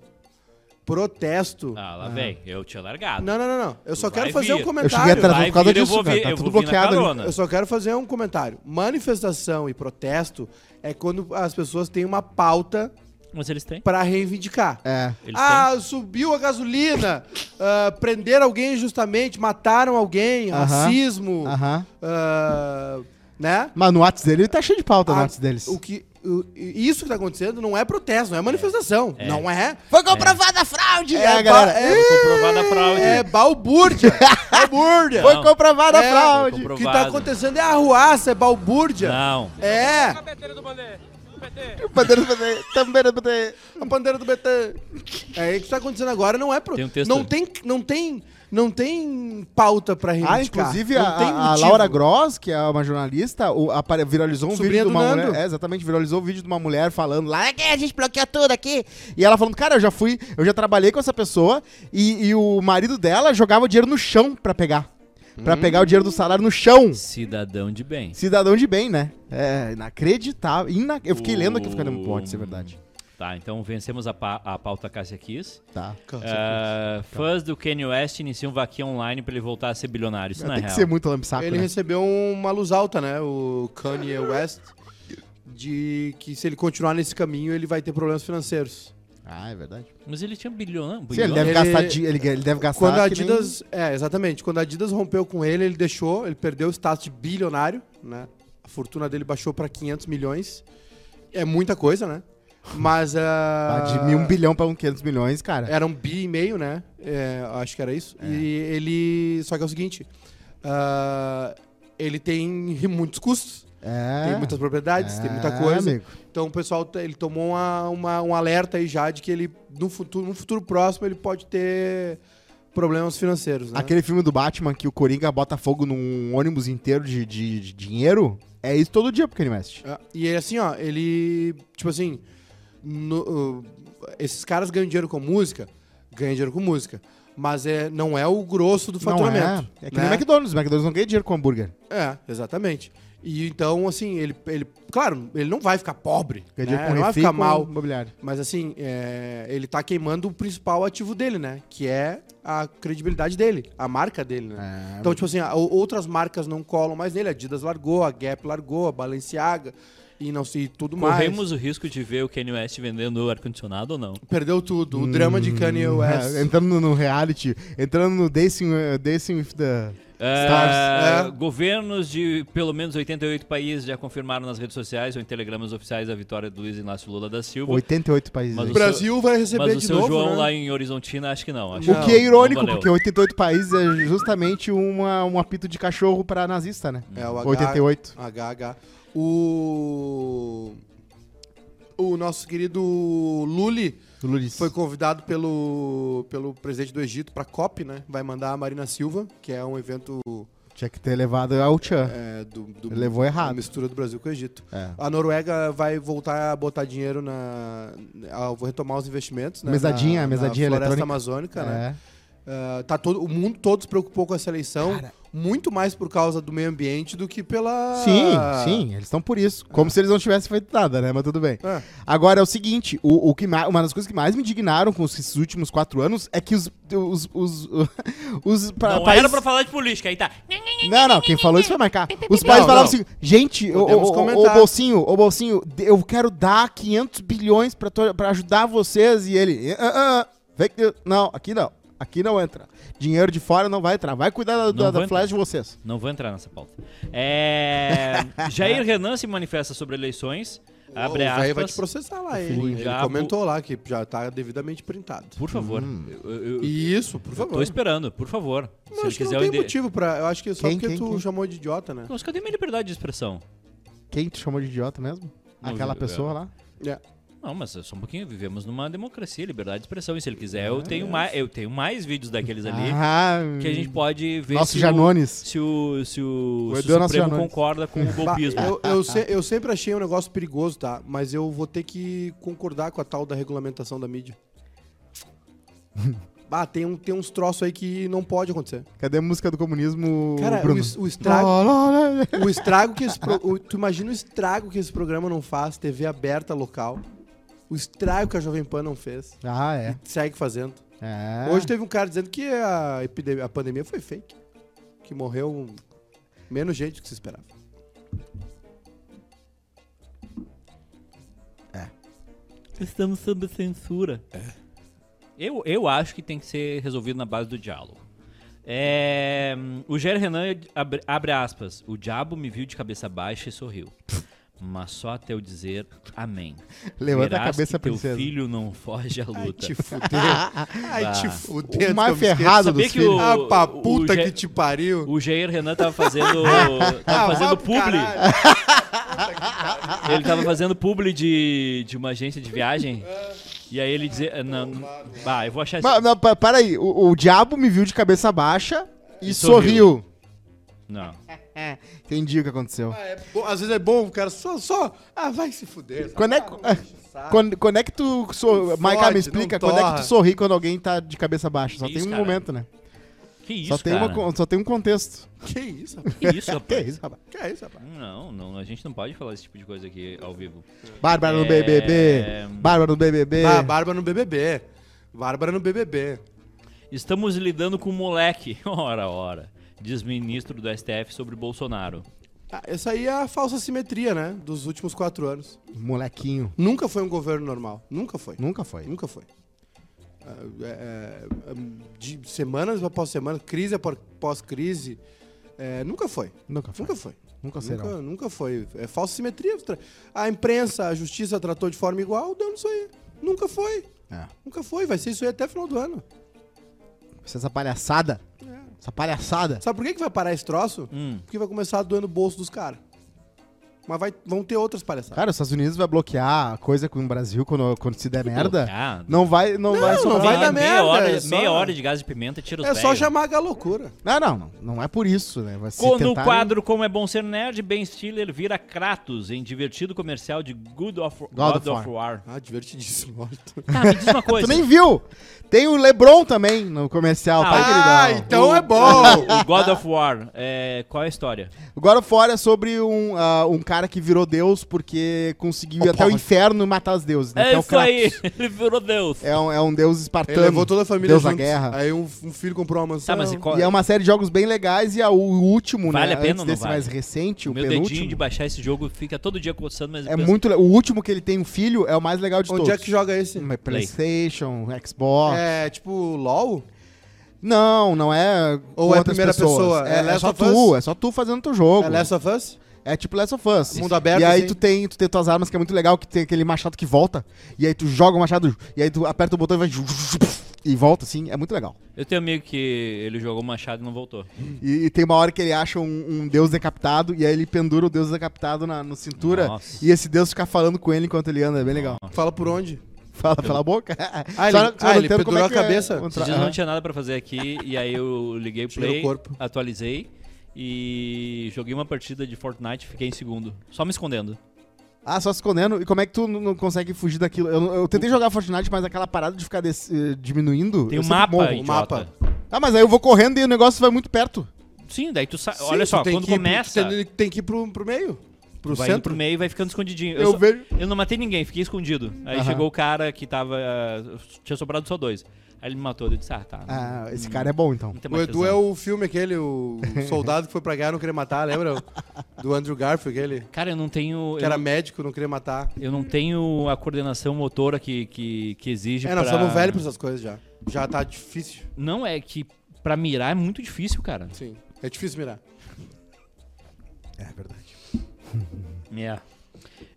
B: protesto.
A: Ah, lá vem. Eu tinha largado.
B: Não, não, não, não. Eu só
A: vai
B: quero fazer um
A: vir.
C: Eu
B: comentário.
C: cheguei atrasado
A: Vai
C: por causa
A: vir, eu
C: disso,
A: vou
C: cara.
A: vir,
C: Tá
A: eu
C: tudo
A: vou vir na
C: bloqueado ali.
A: carona.
B: Eu só quero fazer um é comentário. Manifestação e protesto é quando as pessoas têm uma pauta
A: Mas eles têm.
B: pra reivindicar.
C: É.
A: Eles
B: ah, subiu a gasolina, ah, prenderam alguém injustamente, mataram alguém,
C: Aham.
B: racismo,
C: Aham.
B: ah, né?
C: Mas no WhatsApp dele tá cheio de pauta no
B: Ah,
C: WhatsApp deles.
B: O que, o- isso que tá acontecendo não é protesto, não é manifestação,
A: É.
B: não é.
C: Foi comprovada a fraude! É,
B: É,
C: galera.
B: ba- é-
A: têm. Comprovada a fraude.
B: É balbúrdia, balbúrdia.
C: Foi
A: Não.
C: comprovada
B: É,
C: a fraude!
A: compro-
B: O que tá
A: comprovado.
B: acontecendo é arruaça, é balbúrdia.
A: Não.
B: É,
C: Bandeira do PT, bandeira do PT.
B: a bandeira do BT. É, o que tá acontecendo agora não é protesto.
A: Tem um texto-
B: Não tem, não tem, não tem pauta pra reivindicar.
C: Ah, inclusive
B: não
C: a,
B: tem
C: a- a
B: motivo.
C: Laura Gross, que é uma jornalista, o, apare- viralizou um
B: Sobrinha
C: vídeo de
B: do
C: uma
B: Nando.
C: mulher. É, exatamente, viralizou um vídeo de uma mulher falando lá, "É que a gente bloqueou tudo aqui. E ela falando, cara, eu já fui, eu já trabalhei com essa pessoa e, e o marido dela jogava dinheiro no chão pra pegar.
B: Hum.
C: Pra pegar o dinheiro do salário no chão.
A: Cidadão de bem.
C: Cidadão de bem, né? É inacreditável. ina- Eu fiquei lendo aqui,
A: O-
C: ficando, não pode ser verdade.
A: Tá, então vencemos a, pa a pauta Cássia Kiss.
C: Tá.
A: Ah, fãs do Kanye West iniciam vaquinha online pra ele voltar a ser bilionário. Isso não é
C: Tem que
A: real.
C: ser muito lambe-saco,
B: Ele
C: né?
B: recebeu uma luz alta, né? O Kanye West. De que se ele continuar nesse caminho, ele vai ter problemas financeiros.
C: Ah, é verdade.
A: Mas ele tinha bilhão.
C: Sim, ele deve
B: Ele-
C: gastar... di- Ele, ele deve gastar
B: Quando a
C: que nem-
B: Adidas. É, exatamente. Quando a Adidas rompeu com ele, ele deixou, ele perdeu o status de bilionário, né? A fortuna dele baixou pra 500 milhões. É muita coisa, né? Mas. ah,
C: Ah, De mil- um bilhão pra um 500 milhões, cara.
B: Era um bi e meio, né? É, acho que era isso. E ele. Só que é o seguinte: ah, ele tem muitos custos,
C: É.
B: tem muitas propriedades, tem muita
C: É,
B: coisa.
C: amigo.
B: Então o pessoal tá- ele tomou uma, uma- um alerta aí já de que ele, no futuro, no futuro próximo, ele pode ter problemas financeiros, né?
C: Aquele filme do Batman que o Coringa bota fogo num ônibus inteiro de, de- de dinheiro, é isso todo dia pro Kanye West.
B: É, E ele, assim, ó, ele. Tipo assim. no- uh, esses caras ganham dinheiro com música? Ganham dinheiro com música. Mas é, não é o grosso do
C: Não é.
B: faturamento.
C: É que nem
B: né?
C: McDonald's. McDonald's não ganha dinheiro com hambúrguer.
B: É, exatamente. E então, assim, ele. ele claro, ele não vai ficar pobre. né?
C: Ganha dinheiro com
B: Não vai
C: refri,
B: ficar
C: com
B: mal.
C: imobiliário.
B: Mas assim, é, ele tá queimando o principal ativo dele, né? Que é a credibilidade dele, a marca dele, né?
C: É.
B: Então, tipo assim, a- outras marcas não colam mais nele. A Adidas largou, a Gap largou, a Balenciaga e não sei, tudo mais.
A: Corremos o risco de ver o Kanye West vendendo ar-condicionado ou não.
B: Perdeu tudo. O drama de Kanye
C: É,
B: West.
C: entrando no reality, entrando no Dancing, uh, Dancing with the...
A: É,
B: Stars, é.
A: Governos de pelo menos 88 países já confirmaram nas redes sociais ou em telegramas oficiais a vitória do Luiz Inácio Lula da Silva.
C: 88 países.
A: Mas
B: O
A: o
B: Brasil vai receber
A: Mas o
B: de
A: seu
B: novo.
A: João
B: né?
A: lá em Horizontina, acho que não. Acho
B: Não.
C: o que é irônico,
A: não valeu.
C: porque 88 países é justamente uma, um apito de cachorro pra nazista, né?
B: É o H,
C: 88.
B: HH. O. O nosso querido Lully
C: Lulis.
B: foi convidado pelo, pelo presidente do Egito pra COP, né? Vai mandar a Marina Silva, que é um evento
C: Tinha que ter levado ao Tchan.
B: é, do, do
C: Levou
B: da
C: errado.
B: mistura do Brasil com o Egito.
C: É.
B: A Noruega vai voltar a botar dinheiro na. ah, vou retomar os investimentos, né?
C: Mesadinha,
B: na,
C: mesadinha
B: na floresta
C: eletrônica.
B: amazônica, né?
C: É.
B: Ah, tá todo, o mundo todo se preocupou com essa eleição, muito mais por causa do meio ambiente do que pela.
C: Sim, sim, eles estão por isso. Como se eles não tivessem feito nada, né? Mas tudo bem.
B: É.
C: Agora é o seguinte: o, o que ma- uma das coisas que mais me indignaram com esses últimos quatro anos é que os. os, os, os pa-
A: Não
C: países-
A: era pra falar de política, aí tá.
C: Não, não, quem falou isso foi marcar. Os
B: Não,
C: pais
B: não.
C: falavam assim: gente, ô,
B: Podemos
C: ô, ô, ô
B: comentar.
C: Bolsinho, ô Bolsinho, de- eu quero dar 500 bilhões pra, to- pra ajudar vocês. E ele, "Ah, ah, ah, fake news." não, aqui não, aqui não entra. Dinheiro de fora não vai entrar. Vai cuidar da, da-
A: vou
C: da
A: entrar.
C: flash de vocês.
A: Não vou entrar nessa pauta. É, Jair Renan se manifesta sobre eleições. Abre
B: o velho vai te
A: aspas.
B: processar lá, hein?
A: filhinho
B: Ele
A: diabo.
B: comentou lá que já tá devidamente printado.
A: Por favor. Eu, eu- eu
B: E isso, Hum. por favor.
A: tô esperando, por favor.
B: Não,
A: se ele
B: acho que
A: quiser eu
B: não tem
A: inde-
B: motivo pra. Eu acho que só
C: Quem,
B: porque
C: quem,
B: tu
C: quem?
B: chamou de idiota, né?
A: Mas cadê minha liberdade de expressão?
C: Quem te chamou de idiota mesmo?
A: Não,
C: Aquela
A: eu-
C: pessoa
A: eu-
C: lá?
B: É.
A: Não, mas só um pouquinho. Vivemos numa democracia, liberdade de expressão. E se ele quiser, eu, tenho mais, eu tenho mais vídeos daqueles é ali
C: É Ah,
A: que a gente pode ver
C: Nosso
A: se, O,
C: Janones.
A: se o, se o,
C: O
A: se o
C: Edu é nosso
A: Supremo
C: Janones.
A: concorda com o
B: Bah,
A: golpismo.
B: eu, eu, se- eu sempre achei um negócio perigoso, tá? Mas eu vou ter que concordar com a tal da regulamentação da mídia. Bah, tem, um, tem uns troços aí que não pode acontecer.
C: Cadê a música do comunismo,
B: Cara, o,
C: Bruno?
B: es- o estrago,
C: Lá, lá, lá, lá.
B: o estrago que esse pro- o- Tu imagina o estrago que esse programa não faz, TV aberta local. O estrago que a Jovem Pan não fez.
C: Ah, é.
B: Segue fazendo.
C: é.
B: Hoje teve um cara dizendo que a, epidemia, a pandemia foi fake. Que morreu um- menos gente do que se esperava.
A: Estamos sob censura.
C: É.
A: Eu, eu acho que tem que ser resolvido na base do diálogo. É, o Jair Renan abre, abre aspas. O diabo me viu de cabeça baixa e sorriu. Mas só até eu dizer amém.
C: Levanta a
A: Verás
C: cabeça,
A: que teu
C: princesa.
A: filho não foge à
B: Ai,
A: luta.
B: te fuder. Ai, te
A: Bah.
B: fuder.
C: Ah, O mais
B: que eu me
C: ferrado
B: esqueço.
C: dos
A: Sabia que
C: filhos.
A: o-
B: Ah, pra
A: o
B: puta
A: Ge-
B: que te pariu.
A: O Jair Renan tava fazendo.
B: Ah,
A: tava
B: vai
A: Tá fazendo
B: pro
A: publi.
B: caralho.
A: Ele tava fazendo publi de, de uma agência de viagem. E aí ele dizia. eh, Não, bah, eu vou achar
C: Mas,
A: esse.
C: mas, pa- para aí, o, o diabo me viu de cabeça baixa e,
A: E
C: sorriu.
A: sorriu. Não.
C: Entendi o que aconteceu.
B: Ah, é bom- Às vezes é bom, cara, só, só. Ah, vai se fuder. sabe?
C: Quando é,
B: Ah, não enche o saco.
C: quando, quando é que tu. So...
B: Fode,
C: Maiká, me
B: não
C: explica, quando é que
B: torra.
C: tu sorri quando alguém tá de cabeça baixa? Só
A: Que
C: tem
A: isso,
C: um
A: cara?
C: momento, né?
A: Que isso,
C: só, tem
A: cara?
C: uma con- só tem um contexto.
B: Que isso, rapaz?
A: Que isso,
C: Que
A: rapaz?
C: isso, rapaz.
B: Que é isso, rapaz?
A: Não, não, a gente não pode falar esse tipo de coisa aqui ao vivo.
C: Bárbara no
A: É,
C: BBB. Bárbara no BBB.
B: Ah, Bárbara no BBB. Bárbara no BBB.
A: Estamos lidando com um moleque. Ora, ora. Diz ministro do STF sobre Bolsonaro.
B: Ah, essa aí é a falsa simetria, né? Dos últimos quatro anos.
C: Molequinho.
B: Nunca foi um governo normal. Nunca foi.
C: Nunca foi.
B: Nunca foi. Ah, é, é, de semanas após semana, crise após crise. é, nunca foi.
C: Nunca foi.
B: Nunca foi.
C: Nunca será.
B: Nunca, nunca foi. É falsa simetria. Tra- A imprensa, a justiça tratou de forma igual, deu isso aí. Nunca foi.
C: É.
B: Nunca foi. Vai ser isso aí até o final do ano.
C: Isso é Essa palhaçada. Essa palhaçada.
B: Sabe por que, que vai parar esse troço?
A: Hum.
B: Porque vai começar a doer no bolso dos caras. Mas vai, vão ter outras palhaçadas.
C: Cara, os Estados Unidos vai bloquear a coisa com o Brasil quando, quando se der merda.
A: bloquear?
C: Não vai, não, vai
B: não
C: sobrar
B: vai
C: nada.
B: dar
A: meia
B: merda,
A: Hora,
B: é só-
A: Meia hora de gás de pimenta, tira os
B: é só
A: velhos.
B: chamar a loucura.
C: Não, não, não. Não é por isso, né? Vai se
A: Co- No
C: tentarem-
A: quadro Como é Bom Ser Nerd, Ben Stiller vira Kratos em divertido comercial de Good of, God,
C: of
A: of, War.
B: Ah, divertidíssimo.
A: Tá, me diz uma
C: Tu
A: coisa.
C: nem viu! Tem o Lebron também no comercial,
A: Ah,
C: tá, queridão?
B: Ah, então é bom.
A: O God of War, é, qual é a história?
C: O God of War é sobre um, ah, um cara que virou Deus porque conseguiu ir
B: Oh,
C: até o
B: porra.
C: inferno e matar os deuses. Né?
A: É
C: Que o
A: isso aí,
C: Kratos.
A: ele virou Deus.
C: É um, é um deus espartano.
B: Ele levou toda a família
C: Deus
B: junto.
C: da guerra.
B: Aí um, um filho comprou uma mansão.
A: Tá, mas e qual-
C: E é uma série de jogos bem legais e a- o último,
A: Vale
C: né?
A: a pena
C: antes
A: ou não
C: desse
A: vale?
C: mais recente, o
A: Meu dedinho
C: penúltimo.
A: de baixar esse jogo fica todo dia coçando, mas...
C: É
A: eu penso,
C: muito le- O último que ele tem um filho é o mais legal de
B: Onde
C: todos.
B: é que joga esse?
C: Mas Playstation, Xbox.
B: É tipo LOL?
C: Não, não é.
B: Ou
C: com
B: é
C: outras
B: primeira
C: pessoas.
B: pessoa? É
C: É, é
B: Last
C: só
B: of Us?
C: tu, é só tu fazendo teu jogo.
B: É Last of Us?
C: É tipo Last of Us.
B: Mundo aberto,
C: E aí
B: assim.
C: tu tem, tu tem tuas armas que é muito legal, que tem aquele machado que volta. E aí tu joga o machado, e aí tu aperta o botão e vai. E volta, assim, é muito legal.
A: Eu tenho um amigo que ele jogou machado e não voltou.
C: E, e tem uma hora que ele acha um, um deus decapitado, e aí ele pendura o deus decapitado na no cintura.
A: Nossa.
C: E esse deus fica falando com ele enquanto ele anda, é bem legal.
B: Fala por onde?
C: Fala pela boca.
B: Ah, ele- ah, ele
C: notando como
B: pendurou a
C: que é
B: cabeça?
C: o
A: Esses
C: tra-
A: dias não
C: Aham.
A: tinha nada pra fazer aqui, e aí eu liguei o
B: Tira o
A: play,
B: corpo.
A: atualizei e joguei uma partida de Fortnite, fiquei em segundo. Só me escondendo.
C: Ah, só se escondendo. E como é que tu n- não consegue fugir daquilo? Eu, eu tentei jogar Fortnite, mas aquela parada de ficar des- eh, diminuindo.
A: Tem
C: eu
A: um
C: sempre
A: mapa,
C: morro.
B: O
A: idiota.
B: mapa.
C: Ah, mas aí eu vou correndo e o negócio vai muito perto.
A: Sim, daí tu sai.
B: Sim,
A: Olha só,
B: tu tem
A: quando
B: que ir pro-
A: começa,
B: tem, tem que ir pro, pro meio. Pro
A: vai indo
B: centro.
A: pro meio e vai ficando escondidinho.
C: Eu
A: só-
C: vejo-
A: eu não matei ninguém, fiquei escondido. Aí
C: Aham.
A: chegou o cara que tava. ah, Tinha sobrado só dois. Aí ele me matou, eu disse, ah, tá.
C: Ah, esse cara é bom, então.
A: não tem
B: O
A: mais
B: Edu
A: tesão.
B: é o filme aquele, o soldado que foi pra guerra e não queria matar, lembra? Do Andrew Garfield, aquele.
A: Cara, eu não tenho.
B: Que
A: Eu,
B: era
A: não-
B: médico, não queria matar.
A: eu não tenho a coordenação motora que, que, que exige.
B: É, nós
A: pra...
B: somos velhos pra essas coisas já. Já tá difícil.
A: Não, é que pra mirar é muito difícil, cara.
B: Sim. É difícil mirar.
C: É verdade.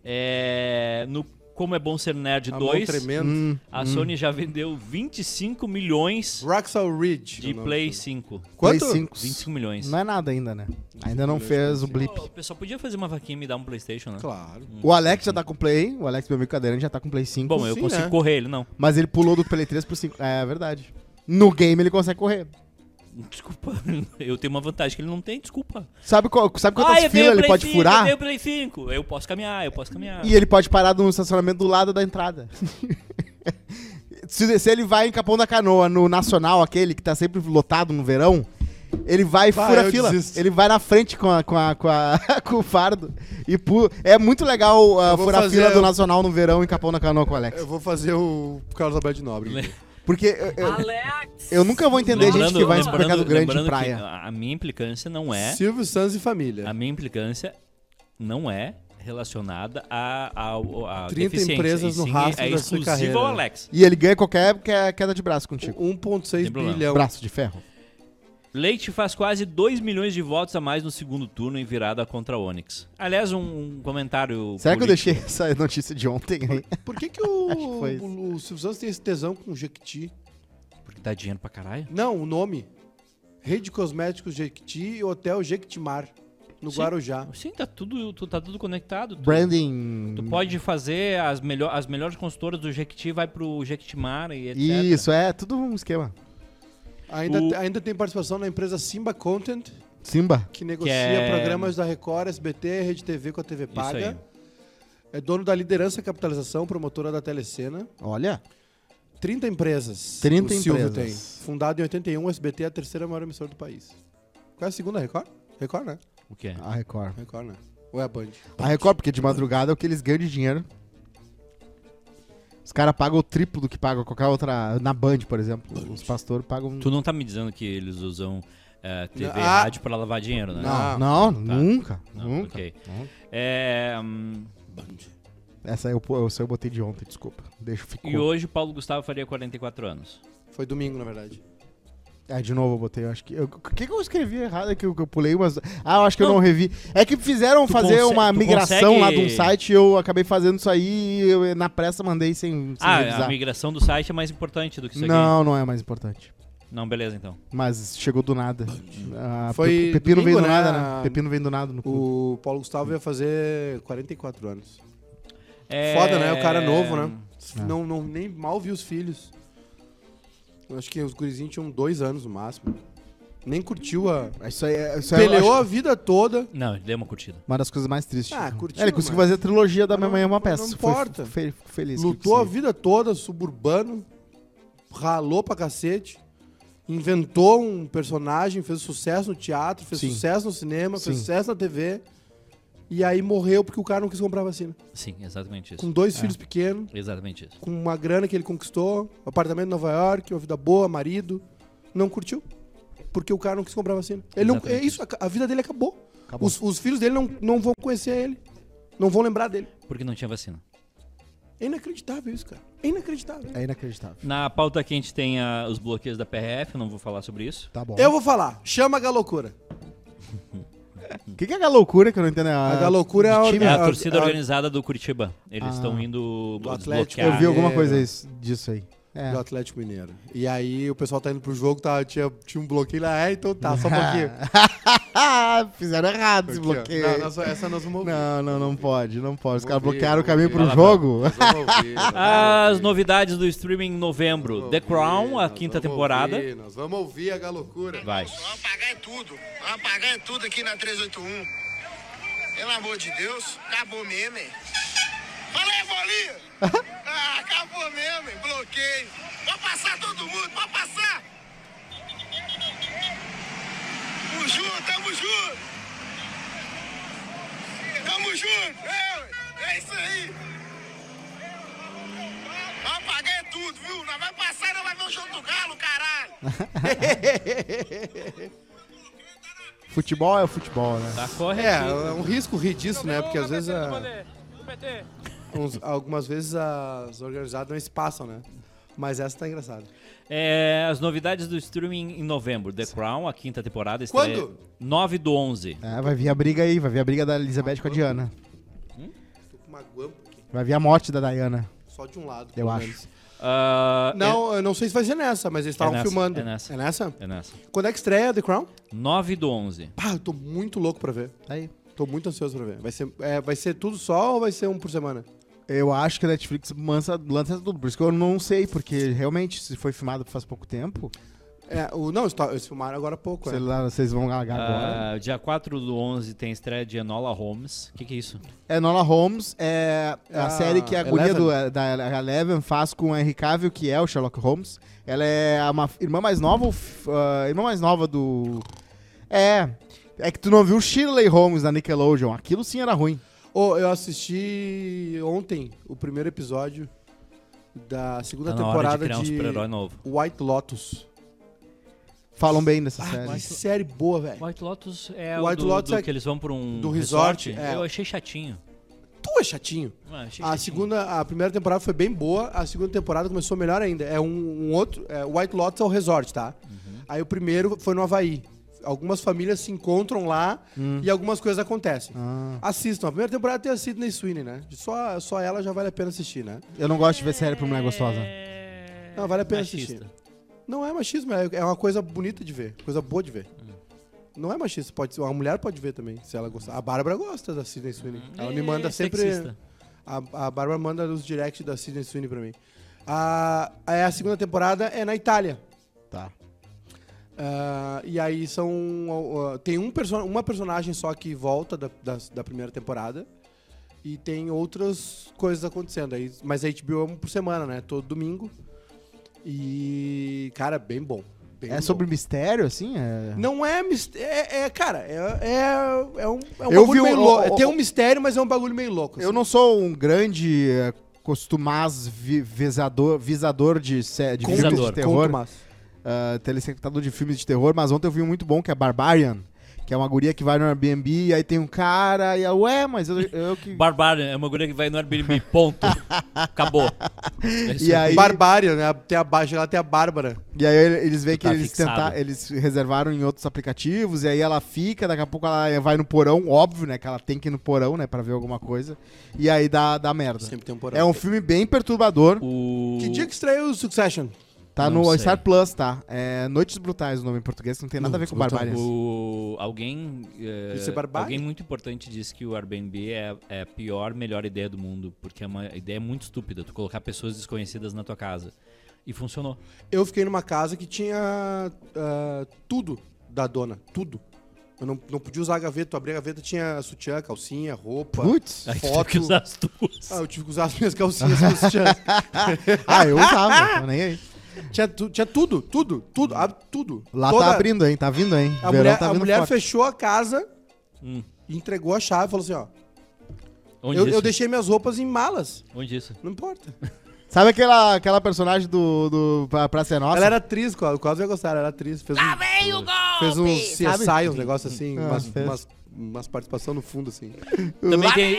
A: É, no Como é Bom Ser Nerd
B: A mão
A: 2,
B: Tá tremendo.
C: Hum,
A: a Sony já vendeu 25 milhões
B: Roxal Ridge. é
A: de
B: o nome.
A: Play 5.
B: Quanto?
C: Play 5.
A: 25 milhões.
C: Não é nada ainda, né? Ainda não fez o blip.
A: Pô, o pessoal podia fazer uma vaquinha e me dar um Playstation, né?
B: Claro.
C: O Alex já tá com Play. O Alex, meu amigo cadeirante, já tá com Play 5.
A: Bom, eu
B: sim,
A: consigo
B: né?
A: correr ele, não.
C: Mas ele pulou do Play 3 pro 5. É verdade. No game ele consegue correr.
A: Desculpa, eu tenho uma vantagem que ele não tem, desculpa.
C: Sabe, qual- sabe quantas
A: Ah, eu tenho
C: filas ele
A: Play
C: pode
A: 5, Eu
C: furar?
A: tenho Play 5, eu posso caminhar, eu posso caminhar.
C: E ele pode parar no estacionamento do lado da entrada. se, se ele vai em Capão da Canoa, no Nacional, aquele que tá sempre lotado no verão, ele vai e
B: Bah,
C: fura a
B: eu
C: fila.
B: desisto.
C: Ele vai na frente com, a, com, a, com, a- com o fardo. E pu- É muito legal uh,
B: Eu vou
C: furar a
B: fazer-
C: fila do
B: eu-
C: Nacional no verão em Capão da Canoa com o Alex.
B: Eu vou fazer o Carlos Alberto de Nobre.
C: Porque eu, eu-
D: Alex!
C: eu nunca vou entender gente que vai
A: lembrando-
C: em supermercado grande
A: lembrando
C: em
A: que
C: praia.
A: A a minha implicância não é
B: Silvio Santos e
A: A
B: família.
A: minha implicância não é relacionada a, a, a
B: 30
A: deficiência.
B: empresas
A: E
B: no
A: sim,
B: rastro
A: É
B: da sua
A: exclusivo
B: carreira.
A: ao Alex.
C: E ele ganha qualquer que- é queda de braço contigo.
B: 1,6
A: Tem problema.
B: bilhão.
C: Braço de ferro.
A: Leite faz quase 2 milhões de votos a mais no segundo turno em virada contra Onyx. Aliás, um, um comentário.
C: Será que eu
A: político.
C: deixei essa notícia de ontem aí?
B: Por que, que
C: Acho que
B: o,
C: foi isso.
B: o, o Silvio Santos tem esse tesão com o Jequiti?
A: Porque dá dinheiro pra caralho?
B: Não, o nome. Rede Cosméticos Jequiti e Hotel Jequitimar, no
A: Sim.
B: Guarujá.
A: Sim, tá tudo, tu- tá tudo conectado. Tu,
C: Branding.
A: tu pode fazer as, melhor, as melhores consultoras do Jequiti, vai pro Jequitimar e etc. né?
C: Isso, é tudo um esquema.
B: Ainda,
A: O-
B: te- ainda tem participação na empresa Simba Content,
C: Simba.
B: que negocia
A: é-
B: programas da Record, SBT, Rede TV com a TV
A: Isso aí.
B: Paga. É dono da liderança capitalização, promotora da Telecena.
C: Olha.
B: 30 empresas.
C: 30
B: o Silvio
C: empresas.
B: tem. Fundado em 81, o SBT é a terceira maior emissora do país. Qual é a segunda Record? Record, né?
A: O quê?
C: A Record.
B: Record, né? Ou é a Band?
C: A Record, porque de madrugada é o que eles ganham de dinheiro. Os caras pagam o triplo do que pagam qualquer outra. Na Band, por exemplo. Os pastores pagam.
A: Tu não tá me dizendo que eles usam eh, TV e
B: Ah.
A: rádio pra lavar dinheiro, né?
C: Não,
B: Não.
C: não, nunca.
A: Não,
C: nunca.
A: ok.
C: Nunca.
A: É, hum,
C: Essa eu, eu, essa eu botei de ontem, desculpa. Deixa ficou.
A: e hoje o Paulo Gustavo faria 44 anos.
B: Foi domingo, na verdade.
C: É, de novo eu botei, eu acho que. eu- O que, que eu escrevi errado? É que eu, que eu pulei umas. Ah, eu acho que eu não revi. É que fizeram
A: Tu
C: fazer
A: conse-
C: uma
A: tu
C: migração lá de um
A: consegue-
C: site e eu acabei fazendo isso aí e eu, na pressa mandei sem, sem
A: ah, a
C: revisar.
A: migração do site é mais importante do que isso aqui.
C: Não, não é mais importante.
A: Não, beleza então.
C: Mas chegou do nada. Ah,
B: Foi
C: pe- Pepino
B: domingo,
C: veio do
B: né?
C: nada, né? Pepino veio do nada no cu.
B: O Paulo Gustavo ia fazer 44 anos.
A: É,
B: Foda, né? O cara é novo, né? Não, não, nem mal vi os filhos. Eu acho que os gurizinhos tinham dois anos no máximo. Nem curtiu a.
C: Isso aí, é- isso aí eu
B: Peleou
C: acho
B: a vida toda.
A: Não, ele deu uma curtida.
C: Uma das coisas mais tristes.
B: Ah, curtiu,
C: Ele conseguiu
B: mano.
C: fazer a trilogia da
B: Mas
C: minha
B: não-
C: mãe é uma
B: não
C: peça. Foi-
B: importa.
C: fico fe- fico feliz. que
B: Lutou a
C: isso aí.
B: vida toda, suburbano. Ralou pra cacete. Inventou um personagem, fez sucesso no teatro, fez
C: Sim.
B: sucesso no cinema, fez
C: Sim.
B: sucesso na TV. E aí morreu porque o cara não quis comprar vacina.
A: Sim, exatamente isso.
B: Com dois
C: É.
B: filhos pequenos.
A: Exatamente isso.
B: com uma grana que ele conquistou, um apartamento em Nova York, uma vida boa, marido, não curtiu. Porque o cara não quis comprar vacina. Ele não, é
A: Exatamente.
B: isso, a, a vida dele acabou.
C: Acabou.
B: Os, os filhos dele não, não vão conhecer ele. Não vão lembrar dele.
A: Porque não tinha vacina.
B: É inacreditável isso, cara. É inacreditável.
C: É inacreditável.
A: Na pauta quente tem ah, os bloqueios da PRF, eu não vou falar sobre isso.
C: Tá bom.
B: Eu vou falar, chama a galocura.
C: O que, que é a loucura que eu não entendo? É
B: A galocura é a,
A: É a
B: a-
A: torcida
B: a-
A: organizada do Curitiba. Eles estão indo
B: Do Atlético.
A: desbloquear.
C: Eu vi alguma
B: Carreira.
C: coisa isso- disso aí. É.
B: do Atlético Mineiro. E aí o pessoal tá indo pro jogo, tá, tinha, tinha um bloqueio lá, é, então tá, só um pouquinho. Ah,
C: Fizeram
B: Aqui,
C: errado esse
B: ó.
C: bloqueio.
B: Não, nós- essa nós vamos ouvir.
C: Não, não, não pode, não pode. Os
B: Vou
C: caras
B: ouvir,
C: bloquearam o
B: vou
C: caminho
B: ouvir.
C: pro
A: Vai lá,
C: jogo.
B: Nós vamos ouvir, nós vamos
A: As
B: ouvir.
A: novidades do streaming em novembro.
B: Vamos
A: The
B: ouvir,
A: Crown, a
B: nós
A: quinta
B: vamos
A: temporada.
B: ouvir, nós vamos ouvir a galocura.
A: Vai.
D: Vamos apagar em tudo. Vamos apagar em tudo aqui na 381. Pelo amor de Deus, acabou mesmo, hein? Fala aí, bolinha! Ah, acabou mesmo, hein? Bloqueio. Pode passar todo mundo, pode passar! Tamo junto, tamo junto! Tamo junto! É, ué, é isso aí! Vamos apagar em tudo, viu? Nós vai passar, nós vai ver o jogo do galo, caralho!
C: Futebol é futebol, né?
A: Tá correto.
B: É, é um risco rir disso, né? Porque às vezes. a- uns- algumas vezes as organizadas não espaçam, né? Mas essa tá engraçada.
A: É, as novidades do streaming em novembro. The Crown, a quinta temporada.
B: Quando?
A: 9 do 11.
C: É, vai vir a briga aí, vai vir a briga da Elizabeth com a Diana.
B: Tô com uma guampa aqui,
C: Vai vir a morte da Diana,
B: só de um lado.
C: eu
B: pelo
C: acho.
B: menos.
A: Ah,
B: Não, eu não sei se vai ser nessa, mas eles estavam
A: nessa,
B: filmando.
A: é nessa. É, é nessa.
B: Quando é que estreia The Crown?
A: 9 do 11.
B: Pá, eu tô muito louco pra ver.
C: Aí.
B: Tô muito ansioso pra ver. Vai ser, é, vai ser tudo só ou vai ser um por semana?
C: Eu acho que a Netflix lança, lança tudo, por isso que eu não sei, porque realmente, se foi filmado faz pouco tempo,
B: É, o, não, eles tá- eles filmaram agora há pouco.
C: sei
B: Né?
C: lá, vocês vão largar agora.
A: Ah, dia 4 do 11 tem estreia de Enola Holmes. O que, que é isso?
C: É Nola Holmes, é a
B: Ah,
C: série que a guria do, é, da Eleven faz com o Henry Cavill, que é o Sherlock Holmes. Ela é uma irmã mais nova, ou f- ah, irmã mais nova do... É, é que tu não viu Shirley Holmes na Nickelodeon, aquilo sim era ruim.
B: Ô, eu assisti ontem o primeiro episódio da segunda
A: Tá na hora de
B: temporada
A: criar um
B: de
A: super-herói novo.
B: White Lotus.
C: Falam bem dessa
B: Ah,
C: série.
B: que série boa, velho.
A: White Lotus é
B: White
A: o do,
B: Lotus
A: do
B: é-
A: que eles vão pra um
B: do resort, é.
A: Eu achei chatinho.
B: um é chatinho.
A: Ah, achei
B: A
A: chatinho.
B: segunda, a primeira temporada foi bem boa, a segunda temporada começou melhor ainda. É um, um outro, é, White Lotus é o resort, tá? Aí o primeiro foi no Havaí. Algumas famílias se encontram lá e algumas coisas acontecem. Assistam. A primeira temporada tem a Sidney Sweeney, né? Só, só ela já vale a pena assistir, né?
C: Eu não gosto de ver série pra mulher gostosa.
A: É...
B: Não, vale a pena
A: machista.
B: assistir. Não é machismo, é é uma coisa bonita de ver, coisa boa de ver.
A: Hum.
B: Não é machista, pode ser, uma mulher pode ver também, se ela gostar. A Bárbara gosta da Sidney Sweeney. Ela me
A: É,
B: manda sempre.
A: sexista.
B: A, a Bárbara manda os directs da Sidney Sweeney pra mim. A, a segunda temporada é na Itália.
C: Tá.
B: Ah, e aí são. ah, tem um perso uma personagem só que volta da, da, da primeira temporada. E tem outras coisas acontecendo. Aí, mas a HBO é um por semana, né? Todo domingo. E. Cara, bem bom. bem
C: É
B: bom.
C: sobre mistério, assim? É...
B: Não é mistério. É, é, cara, é, é, é um, é um
C: Eu
B: bagulho
C: vi o-
B: meio louco.
C: o-
B: Tem um mistério, mas é um bagulho meio louco.
C: Eu
B: assim.
C: não sou um grande eh, costumaz vi- visador, visador de, sé- de
A: Conto-
C: filmes de
A: Visador.
C: terror,
B: Conto massa.
C: ah, telespectador de filmes de terror, mas ontem eu vi um muito bom que é Barbarian, que é uma guria que vai no Airbnb e aí tem um cara e ela, ué, mas eu, eu que...
A: Barbarian é uma guria que vai no Airbnb, ponto. Acabou. É isso
C: E aí-
B: Barbária, né? Tem a, ba- chega lá tem a Bárbara.
C: E aí ele- eles veem
A: Tu
C: que
A: tá
C: eles,
A: fixado.
C: tentar, eles reservaram em outros aplicativos, e aí ela fica, daqui a pouco ela vai no porão, óbvio, né? Que ela tem que ir no porão, né? Pra ver alguma coisa. E aí dá, dá merda.
B: Sempre tem um porão.
C: É um filme bem perturbador.
A: O...
B: Que dia que estreou o Succession?
C: Tá
A: Não
C: no
A: sei.
C: Star Plus, tá? É Noites Brutais o nome em português, não tem nada a ver com
B: Noites
C: Barbarians.
A: O- Alguém. eh,
B: Isso é barbárie?
A: alguém muito importante disse que o Airbnb é, é a pior, melhor ideia do mundo, porque é uma ideia muito estúpida, tu colocar pessoas desconhecidas na tua casa. E funcionou.
B: Eu fiquei numa casa que tinha ah, tudo da dona, tudo. Eu não, não podia usar a gaveta, eu abri a gaveta, tinha sutiã, calcinha, roupa.
C: Putz!
A: Aí tu
B: Foto.
A: teve que usar as tuas.
B: Ah, eu tive que usar as minhas calcinhas meus sutiãs.
C: Ah, eu usava, tô nem aí.
B: Tinha, tu- tinha tudo, tudo, tudo, ah, tudo.
C: Lá
B: Toda-
C: tá abrindo, hein? Tá vindo, hein?
B: A mulher,
C: tá
B: a
C: vindo
B: mulher
C: forte.
B: fechou a casa,
A: Hum.
B: e entregou a chave e falou assim, ó.
A: Onde
B: Eu,
A: isso?
B: eu deixei minhas roupas em malas.
A: Onde isso?
B: Não importa.
C: Sabe aquela, aquela personagem do, do pra, Praça é Nossa?
B: Ela era atriz, o Cosme ia gostar, ela era atriz. Fez um, fez um CSI, um negócio assim,
C: Ah,
B: umas,
C: fez.
B: umas, umas participações no fundo, assim.
A: Também tem,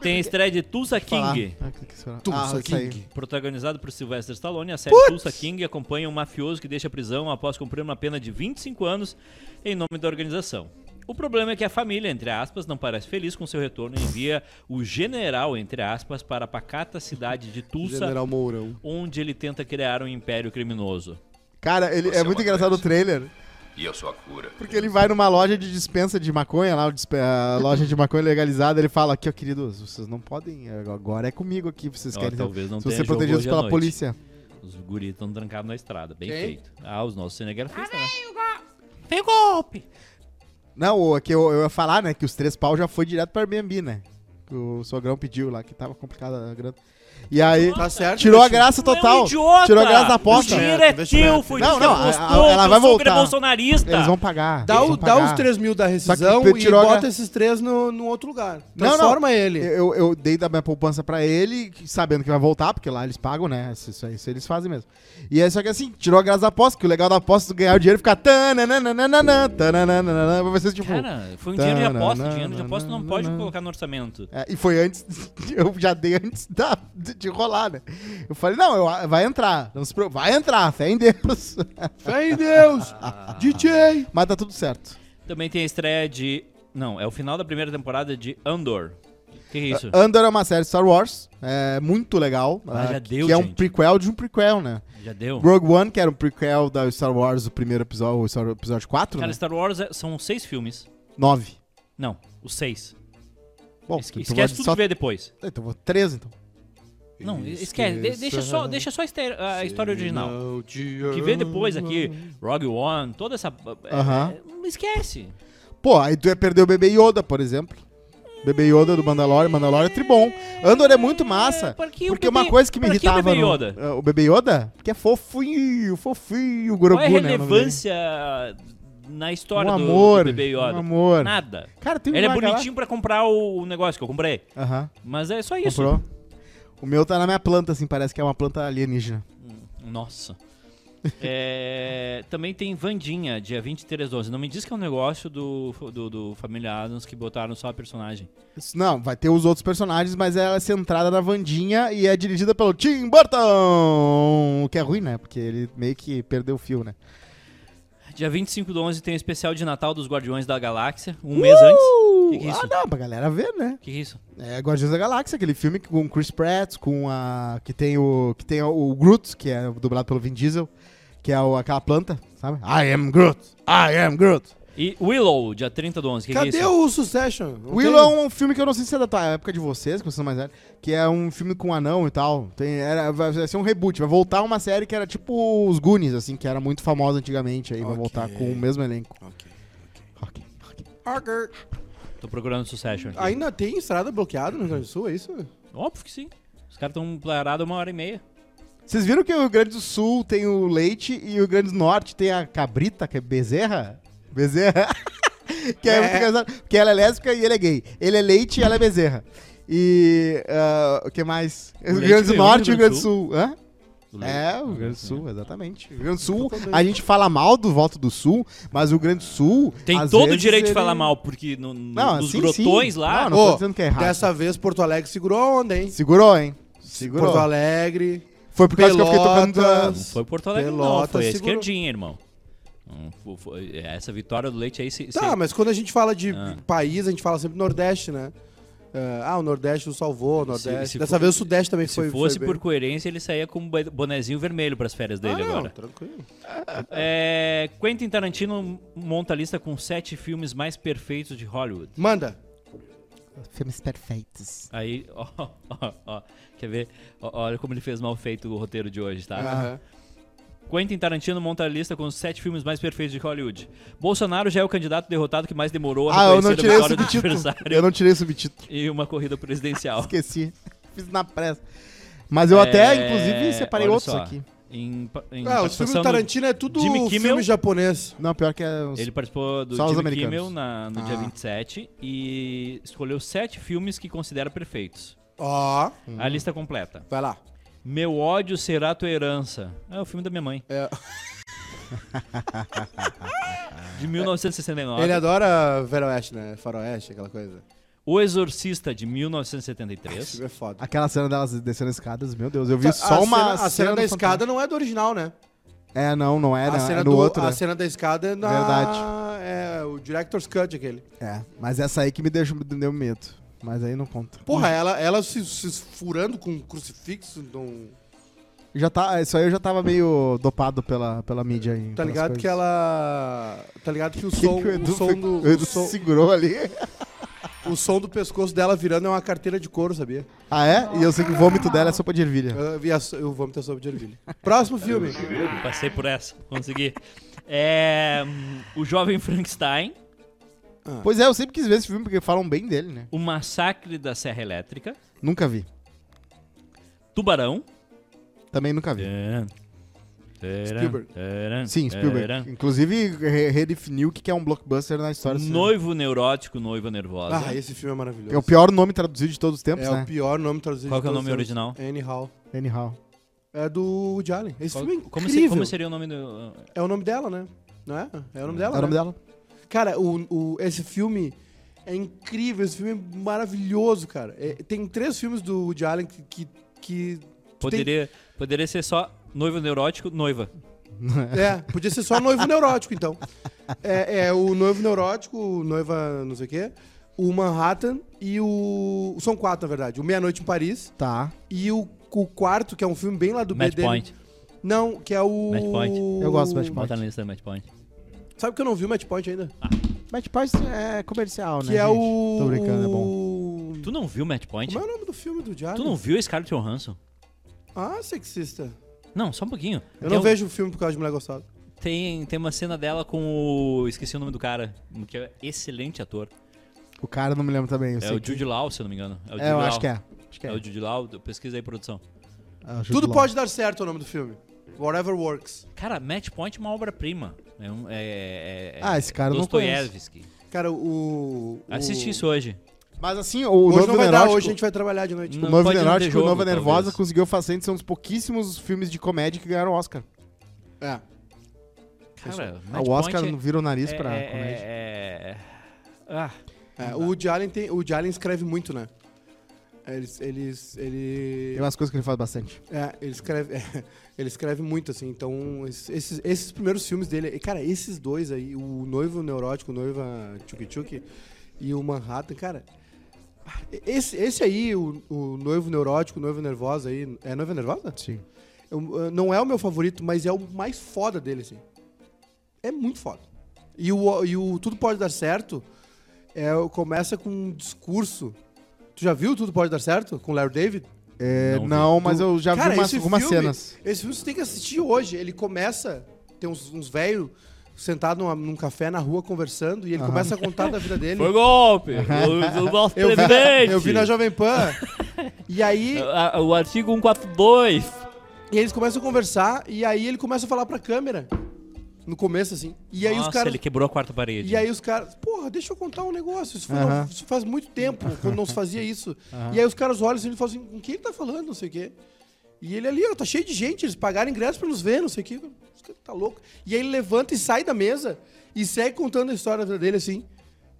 A: tem a estreia de Tulsa
C: Falar.
A: King.
C: Ah, que- que será?
B: Tulsa
C: Ah, isso aí.
B: King.
A: Protagonizado por Sylvester Stallone, a série Tulsa King acompanha um mafioso que deixa a prisão após cumprir uma pena de 25 anos em nome da organização. O problema é que a família, entre aspas, não parece feliz com seu retorno e envia o general, entre aspas, para a pacata cidade de Tulsa,
B: General Mourão.
A: onde ele tenta criar um império criminoso.
C: Cara, ele,
E: Você
C: é
E: é
C: muito
E: uma
C: engraçado o
E: doença.
C: trailer.
E: E eu sou a cura.
C: Porque ele vai numa loja de dispensa de maconha, lá, o dispe- a loja de maconha legalizada, ele fala aqui, ó, queridos, vocês não podem, agora é comigo aqui, vocês
A: Ó,
C: querem.
A: talvez não
C: se
A: tenha
C: vocês serem
A: jogo
C: protegidos
A: hoje à
C: pela
A: noite.
C: polícia.
A: Os guris estão trancados na estrada, bem
B: Quem?
A: feito. Ah, os nossos cinegrafistas, né?
F: Tem golpe.
C: Não, o- que eu, eu ia falar, né, que os três pau já foi direto pra Airbnb, né? Que o sogrão pediu lá, que tava complicada a grana. E aí,
B: Tá certo?
C: tirou a
B: Betinho?
C: graça
A: Tu é um
C: total.
A: idiota!
C: Tirou a graça da
A: O
C: aposta.
A: dinheiro é
B: Investimento,
A: teu, foi
C: Não,
A: tu que
C: não, a-
A: apostou,
C: ela
A: tu
C: vai
A: sogro é
C: voltar.
A: bolsonarista.
C: Eles vão pagar.
B: Dá,
C: eles
B: o-
C: vão
B: dá
C: pagar.
B: os 3 mil da rescisão
C: Só que
B: e
C: tirou a
B: bota
C: gra-
B: esses três no, no outro lugar.
C: Não, não.
B: Transforma ele.
C: Eu, eu dei da minha poupança pra ele, que- sabendo que vai voltar, porque lá eles pagam, né? Isso, isso, aí- isso eles fazem mesmo. E aí, só que assim, tirou a graça da aposta, que o legal da aposta é tu ganhar o dinheiro e ficar. tananana, tananana, Vai ser tipo.
A: Cara, foi um dinheiro de aposta.
C: Tananana,
A: Dinheiro de aposta não pode
C: nananana.
A: colocar no orçamento.
C: É, e foi antes. Eu já dei antes da, de, de rolar, né? Eu falei, não, eu- vai entrar. Não se preocupe, vai entrar, fé em Deus.
B: Fé em Deus! DJ!
C: Mas tá tudo certo.
A: Também tem a estreia de. Não, é o final da primeira temporada de Andor. Que é isso?
C: Andor é uma série de Star Wars. É muito legal.
A: Ah,
C: é,
A: já deu,
C: que é um
A: gente.
C: prequel de um prequel, né?
A: Já deu?
C: Rogue One, que era um prequel da Star Wars, o primeiro episódio, o Star- episódio 4,
A: Cara,
C: né?
A: Star Wars é- são seis filmes.
C: 9.
A: Não, os seis.
C: Bom,
A: Esque-
C: então
A: esquece
C: vou-
A: tudo
C: só...
A: que vê depois.
C: Então vou 13, então.
A: Não, esquece. de- deixa, só, deixa só a, história- a história original.
B: O
A: O que vê depois aqui, Rogue One, toda essa. é-
C: Aham.
A: é- esquece.
C: Pô, aí tu ia perder o Bebê Yoda, por exemplo. Bebê Yoda do Mandalorian, Mandalorian é tribom. Andor é muito massa.
A: Pra que o
C: Porque
A: bebê-
C: uma coisa que me
A: pra que o
C: irritava.
A: Bebê
C: no-
A: Yoda?
C: Ah, o Bebê Yoda? Porque é fofinho, fofinho, Grogu,
A: Qual é a
C: né, o nome dele.
A: relevância na história
C: Um
A: do,
C: amor,
A: do Bebê Yoda?
C: um amor.
A: Nada.
C: Cara, tem
A: Ele é
C: uma galá-
A: bonitinho pra comprar o o negócio que eu comprei.
C: Aham,
A: Mas é só isso.
C: comprou. O meu tá na minha planta, assim, parece que é uma planta alienígena.
A: Nossa. É, também tem Vandinha, dia 23 12. Não me diz que é um negócio do, do, do Família Adams que botaram só a personagem.
C: Isso Não, vai ter os outros personagens, mas ela é centrada na Vandinha e é dirigida pelo Tim Burton! O que é ruim, né? Porque ele meio que perdeu o fio, né?
A: Dia 25 do 11 tem o especial de Natal dos Guardiões da Galáxia,
C: Uh!
A: um mês antes. O que, que é isso?
C: Ah, não, pra galera ver, né?
A: que, que é isso?
C: É Guardiões da Galáxia, aquele filme com o Chris Pratt, com a. que tem o. que tem o Groot, que é dublado pelo Vin Diesel, que é o, aquela planta, sabe? I am Groot! I am Groot!
A: E Willow, dia 30 do 11. Que que é
B: Cadê
A: isso?
B: o Succession? Não
C: Willow é um filme que eu não sei se é da tua época de vocês, que vocês são mais velhos, que é um filme com anão e tal. Tem, era, vai vai ser um reboot, vai voltar uma série que era tipo os Goonies, assim, que era muito famosa antigamente, aí vai
B: Ok.
C: voltar com o mesmo elenco.
B: tem? Ok.
C: Ok.
B: Arger.
A: Tô procurando Succession aqui.
B: Ainda tem estrada bloqueada no Rio Grande do Sul, é isso?
A: Óbvio que sim. Os caras estão parados uma hora e meia.
C: Vocês viram que o Rio Grande do Sul tem o leite e o Rio Grande do Norte tem a cabrita, que é bezerra? Bezerra. que é, muito engraçado, porque ela é lésbica e ele é gay. Ele é leite e ela é bezerra. E ah, o que mais? O Rio
A: leite
C: Grande do
A: veio do
C: Norte e o Rio Grande do
A: Sul?
C: Sul. Hã?
A: Do
C: É, o Rio Grande do
A: Sim.
C: Sul, exatamente. O Rio Grande do Sul, a gente fala mal do voto do Sul, mas o Rio Grande do Sul.
A: Tem
C: às
A: todo o
C: vezes,
A: direito de
C: ele-
A: falar mal, porque no, no-
C: Não,
A: nos
C: sim,
A: grotões
C: sim.
A: lá.
C: Não, não tô
B: Ô,
C: dizendo que é errado.
B: Dessa vez Porto Alegre segurou a onda, hein?
C: Segurou, hein? Segurou.
B: Porto Alegre.
C: Foi por causa que eu fiquei tocando.
A: Não
B: Pelotas.
A: foi Porto Alegre, não.
B: Pelotas
A: Foi a
B: segurou.
A: esquerdinha, irmão. Não, fo- foi- Essa vitória do leite aí. Se, se-
B: Tá, mas quando a gente fala de
A: Ah.
B: país, a gente fala sempre Nordeste, né? Ah, ah, o Nordeste o salvou, o
A: Se-
B: Nordeste.
A: se
B: Dessa
A: fo-
B: vez o Sudeste também
A: se
B: foi.
A: fosse
B: foi
A: por
B: bem.
A: coerência, ele saía com um bo- bonezinho vermelho pras férias
B: Ah,
A: dele
B: não,
A: agora.
B: tranquilo.
C: tá,
A: É, Quentin Tarantino monta a lista com sete filmes mais perfeitos de Hollywood.
B: Manda.
C: Filmes perfeitos.
A: Aí, ó, ó, ó, quer ver? Ó, olha como ele fez mal feito o roteiro de hoje, tá?
B: Aham.
A: Quentin Tarantino monta a lista com os sete filmes mais perfeitos de Hollywood. Bolsonaro já é o candidato derrotado que mais demorou a
C: Ah, eu não
A: reconhecer a
C: tirei o
A: vitória do
C: subtítulo.
A: adversário
C: Eu não tirei o subtítulo.
A: e uma corrida presidencial.
C: Esqueci. Fiz na pressa. Mas eu até,
A: É,
C: inclusive, separei
A: olha
C: outros
A: só,
C: aqui.
A: Em, pa- em
B: Ah, os filmes
A: participação
B: do
A: tá no-
B: Tarantino é tudo
A: Jimmy Kimmel.
B: filme japonês.
C: Não, pior que é. os-
A: Ele participou do
C: Só os
A: Jimmy
C: americanos.
A: Kimmel na- no dia
B: Ah.
A: 27 e escolheu sete filmes que considera perfeitos.
B: Ó,
C: Hum.
A: A lista completa.
B: vai lá.
A: Meu ódio será tua herança. É o filme da minha mãe.
B: É,
C: É.
A: De 1969.
B: ele adora Velho Oeste, né? Faroeste, aquela coisa.
A: O Exorcista, de
B: Esse
A: 1973.
B: filme é foda.
C: Aquela cena delas descendo as escadas, meu Deus, eu Ah, vi
B: Então, A
C: só uma.
B: cena- a cena da
C: do
B: escada não é do original, né?
C: fantasma. É, não, não
B: a
C: era.
B: cena
C: é no
B: do-
C: outro.
B: a
C: né?
B: cena da escada é na
C: Verdade.
B: é o director's cut aquele.
C: É, mas essa aí que me deixou, me deu medo. Mas aí não conta.
B: Porra, ela ela se, se furando com um crucifixo, um- não-
C: Já tá, isso aí eu já tava meio dopado pela, pela mídia aí.
B: tá
C: pelas
B: ligado
C: coisas.
B: que ela tá ligado que o
C: Que
B: som,
C: que o Edu,
B: o, som
C: foi-
B: um do,
C: o Edu
B: o, som,
C: segurou ali.
B: o som do pescoço dela virando é uma carteira de couro, sabia?
C: Ah, é? E eu sei que o vômito dela é sopa de ervilha.
B: Eu, vi a, eu vou meter sobre de ervilha. Próximo filme.
A: Passei por essa, consegui. É, hum, o Jovem Frankenstein,
C: Pois é, eu sempre quis ver esse filme porque falam bem dele, né?
A: O Massacre da Serra Elétrica,
C: Nunca vi.
A: Tubarão.
C: Também nunca vi.
B: Spielberg.
A: É,
C: Sim, Spielberg. Inclusive, re- redefiniu o que que é um blockbuster na história. do cinema.
A: Noivo Neurótico, Noiva Nervosa.
B: Ah, esse filme é
C: É o
B: maravilhoso.
C: pior nome traduzido de todos os tempos,
B: É
C: né?
B: o pior nome traduzido.
A: Qual
B: de
A: que é o
B: todos
A: nome
B: os tempos.
A: original?
B: Anyhow.
C: Anyhow.
B: É do Woody Allen. Esse
A: Qual-
B: filme é
A: como, se-
B: incrível.
A: como seria o nome do... uh,
B: É o nome dela, né? Não é? É o nome dela,
C: é o nome
B: né?
C: dela?
B: Cara, o, o- esse filme é incrível, esse filme é maravilhoso, cara. É, tem três filmes do Woody Allen que, que, que-
A: Poderia, poderia ser só Noivo Neurótico, Noiva.
B: É, podia ser só noivo neurótico, então. É, é o noivo neurótico, o noiva não sei o quê, o Manhattan e o. São quatro, na verdade. O Meia-Noite em Paris
C: Tá.
B: e o, o quarto, que é um filme bem lá do B
A: Match
B: dele.
A: Point.
B: Não, que é o.
A: Match Point.
C: Eu gosto do Match Point.
A: Bota na lista do Match Point.
B: Sabe que eu não vi o Match Point ainda?
A: Ah,
C: Match Price é comercial, né?
B: que tipo, é
C: gente?
B: o.
C: Tô brincando, é bom.
A: Tu não viu Match Point?
B: Como é o nome do filme do Diário?
A: Tu não viu Scarlett Johansson?
B: Ah, sexista.
A: Não, só um pouquinho. Tem
B: Eu não
A: um-
B: vejo o filme por causa de mulher gostosa.
A: Tem, tem uma cena dela com o... Esqueci o nome do cara, que é excelente ator.
C: O cara não me lembro também. Eu
A: é
C: sei
A: o
C: que-
A: Jude Law, se eu não me engano. É, o Jude
C: É, eu
A: Law.
C: acho que é. Acho que é.
A: É o Jude Law, pesquisa aí, produção.
C: É o Jude
B: Tudo
C: Law.
B: pode dar certo é o nome do filme. Whatever works.
A: Cara, Match Point é uma obra-prima. É um- é- é- é-
C: Ah, esse cara eu não conheço.
A: Dostoiévski.
B: Cara, o. o-
A: Assisti isso hoje.
C: Mas assim, o
B: Hoje
C: Novo
B: não vai dar,
C: Neurótico-
B: hoje a gente vai trabalhar de noite.
C: O
A: Não
C: Novo
A: pode não ter
C: Neurótico e o
A: jogo,
C: Nova Nervosa
A: talvez.
C: conseguiu fazer são os pouquíssimos filmes de comédia que ganharam Oscar.
B: É.
A: Cara,
C: Ah, o Oscar não vira o nariz
A: é,
C: pra
A: é,
C: comédia.
A: é- Ah,
B: É, o Woody Allen, tem, o Woody Allen escreve muito, né? Eles, eles, ele,
C: Tem umas coisas que ele faz bastante.
B: é, ele escreve, ele escreve muito assim. Então es- esses, esses primeiros filmes dele, e, cara, esses dois aí, o Noivo Neurótico, o Noiva Tchuk Tchuk e o Manhattan, cara. Esse, esse aí, o, o Noivo Neurótico, o Noivo Nervosa aí, é Noiva Nervosa?
C: Sim.
B: Eu- eu- não é o meu favorito, mas é o mais foda dele, assim. É muito foda. E o, e o Tudo Pode Dar Certo é, começa com um discurso. Tu já viu Tudo Pode Dar Certo? Com Larry David?
C: É,
A: Não
C: não,
A: vi.
C: mas eu já
B: Cara,
C: vi umas,
B: esse
C: algumas
B: filme-
C: cenas.
B: Esse filme você tem que assistir hoje. Ele começa, tem uns, uns velhos sentados numa- num café na rua conversando e ele começa a contar da vida dele.
A: foi golpe! O, o nosso
B: Eu vi,
A: presidente!
B: eu vi na Jovem Pan. e aí.
A: A- a- O artigo 142.
B: E eles começam a conversar, e aí ele começa a falar pra câmera. No começo, assim. E aí
A: Nossa,
B: os caras.
A: ele quebrou a quarta parede.
B: E aí os caras. Porra, deixa eu contar um negócio. Isso, foi-
C: Aham.
B: isso faz muito tempo, quando não se fazia isso. E aí os caras olham assim e falam assim, com quem ele tá falando, não sei o quê. E ele ali, ó, tá cheio de gente, eles pagaram ingresso pra nos ver, não sei o quê. Os caras tá louco. E aí ele levanta e sai da mesa e segue contando a história da vida dele, assim,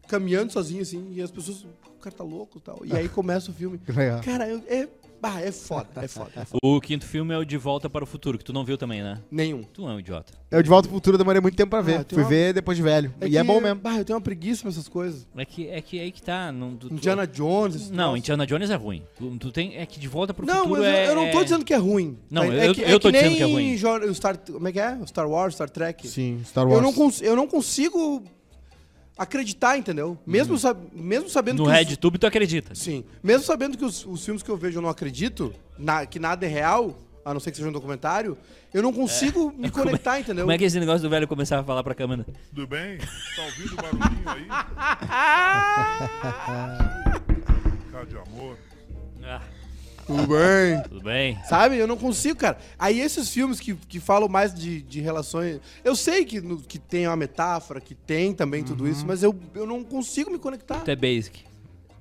B: caminhando sozinho, assim, e as pessoas. O cara tá louco e tal. E aí começa o filme.
C: Legal.
B: Cara, eu- é. Ah, é foda, é foda. é foda.
A: O quinto filme é o De Volta para o Futuro, que tu não viu também, né?
B: Nenhum.
A: Tu é um idiota.
C: Eu de volta pro futuro demorei muito tempo pra ver.
B: Ah, tem
C: Fui
B: uma-
C: ver depois de velho. e
B: que-
C: é bom mesmo.
B: Bah, eu tenho uma preguiça pra essas coisas.
A: É que, é que aí que tá. Não, tu- tu-
B: Indiana Jones. esses
A: Não,
B: troços.
A: Indiana Jones é ruim. Tu, tu tem, é que De Volta para o
B: Não,
A: Futuro
B: mas eu-
A: é...
B: eu não tô dizendo que é ruim.
A: Não,
B: é
A: eu-
B: que,
A: eu tô
B: que
A: dizendo
B: nem
A: que é ruim.
B: jo- o Star, como é que é? O Star Wars, Star Trek.
C: Sim, Star Wars.
B: Eu não, cons- eu não consigo acreditar, entendeu? Mesmo, sab- mesmo sabendo
A: Uhum. No
B: que. os-
A: RedTube tu acredita.
B: Sim. Mesmo sabendo que os, os filmes que eu vejo eu não acredito, na- que nada é real, a não ser que seja um documentário, eu não consigo me conectar, entendeu?
A: Como é que esse negócio do velho começava a falar pra câmera?
E: Tudo bem? Tá ouvindo o barulhinho aí?
B: Ah!
E: Cá de amor.
B: Tudo bem.
A: Tudo bem?
B: Sabe? Eu não consigo, cara. Aí esses filmes que, que falam mais de, de relações. Eu sei que, no- que tem uma metáfora, que tem também
A: Uhum.
B: tudo isso, mas eu, eu não consigo me conectar.
A: Tu é basic.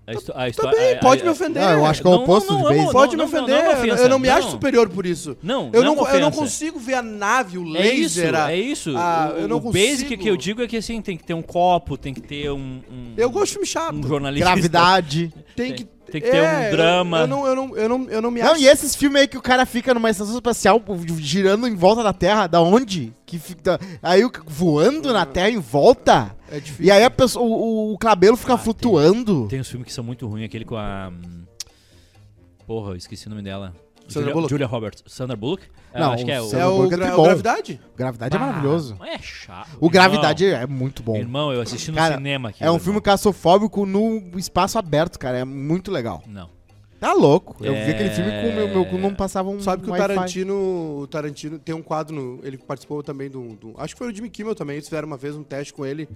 A: A histo- a histo-
B: Também,
A: a- a-
B: Tá pode me
A: a-
B: ofender.
C: Ah, eu acho que é o
A: Não, não,
C: oposto
A: não,
C: de
A: eu
C: base.
A: não-
B: Pode
A: não, não, não,
B: me ofender.
A: não é
B: eu-
A: ofensa,
B: eu não me acho
A: não.
B: superior por isso.
A: Não, não
B: eu
A: é
B: não,
A: uma
B: eu não
A: ofensa.
B: consigo ver a nave, o
A: É isso,
B: laser. a-
A: é isso.
B: a-
C: Ah,
A: o
B: eu não
A: o basic
B: consigo.
A: que eu digo é que assim, tem que ter um copo, tem que ter um. um
B: Eu gosto de filme chato.
A: um jornalista.
C: Gravidade.
B: Tem que, é,
A: tem que ter um
B: eu-
A: drama.
B: Eu, não, eu, não, eu, não, eu não me
C: Não,
B: acho.
C: e esses filmes aí que o cara fica numa estação espacial girando em volta da Terra, da onde? Que fica, aí o- voando na Terra em volta?
B: É difícil.
C: E aí a pessoa, o, o- o cabelo fica flutuando.
A: Tem uns filmes que são muito ruins, aquele com a. hum, Porra, eu esqueci o nome dela.
B: Sandra
A: Julia,
B: Bullock.
A: Julia Roberts. Sandra Bullock? É,
C: Não,
A: acho que é o.
B: É
C: Sandra
B: o,
C: Bullock é
B: gra-
C: muito
B: o
C: bom.
B: Gravidade?
C: Gravidade é maravilhoso.
A: É chato.
C: O Gravidade é muito bom.
A: Irmão, irmão eu assisti no
C: Cara,
A: cinema aqui.
C: É um filme caçofóbico no espaço aberto, cara. É muito legal.
A: Não.
C: Tá louco. Eu
A: É.
C: vi aquele filme com o meu, meu cu não passava um
B: É. Sabe que o
C: Wi-Fi.
B: Tarantino, o Tarantino tem um quadro, no- ele participou também do, do- um, Acho que foi o Jimmy Kimmel também, eles fizeram uma vez um teste com ele,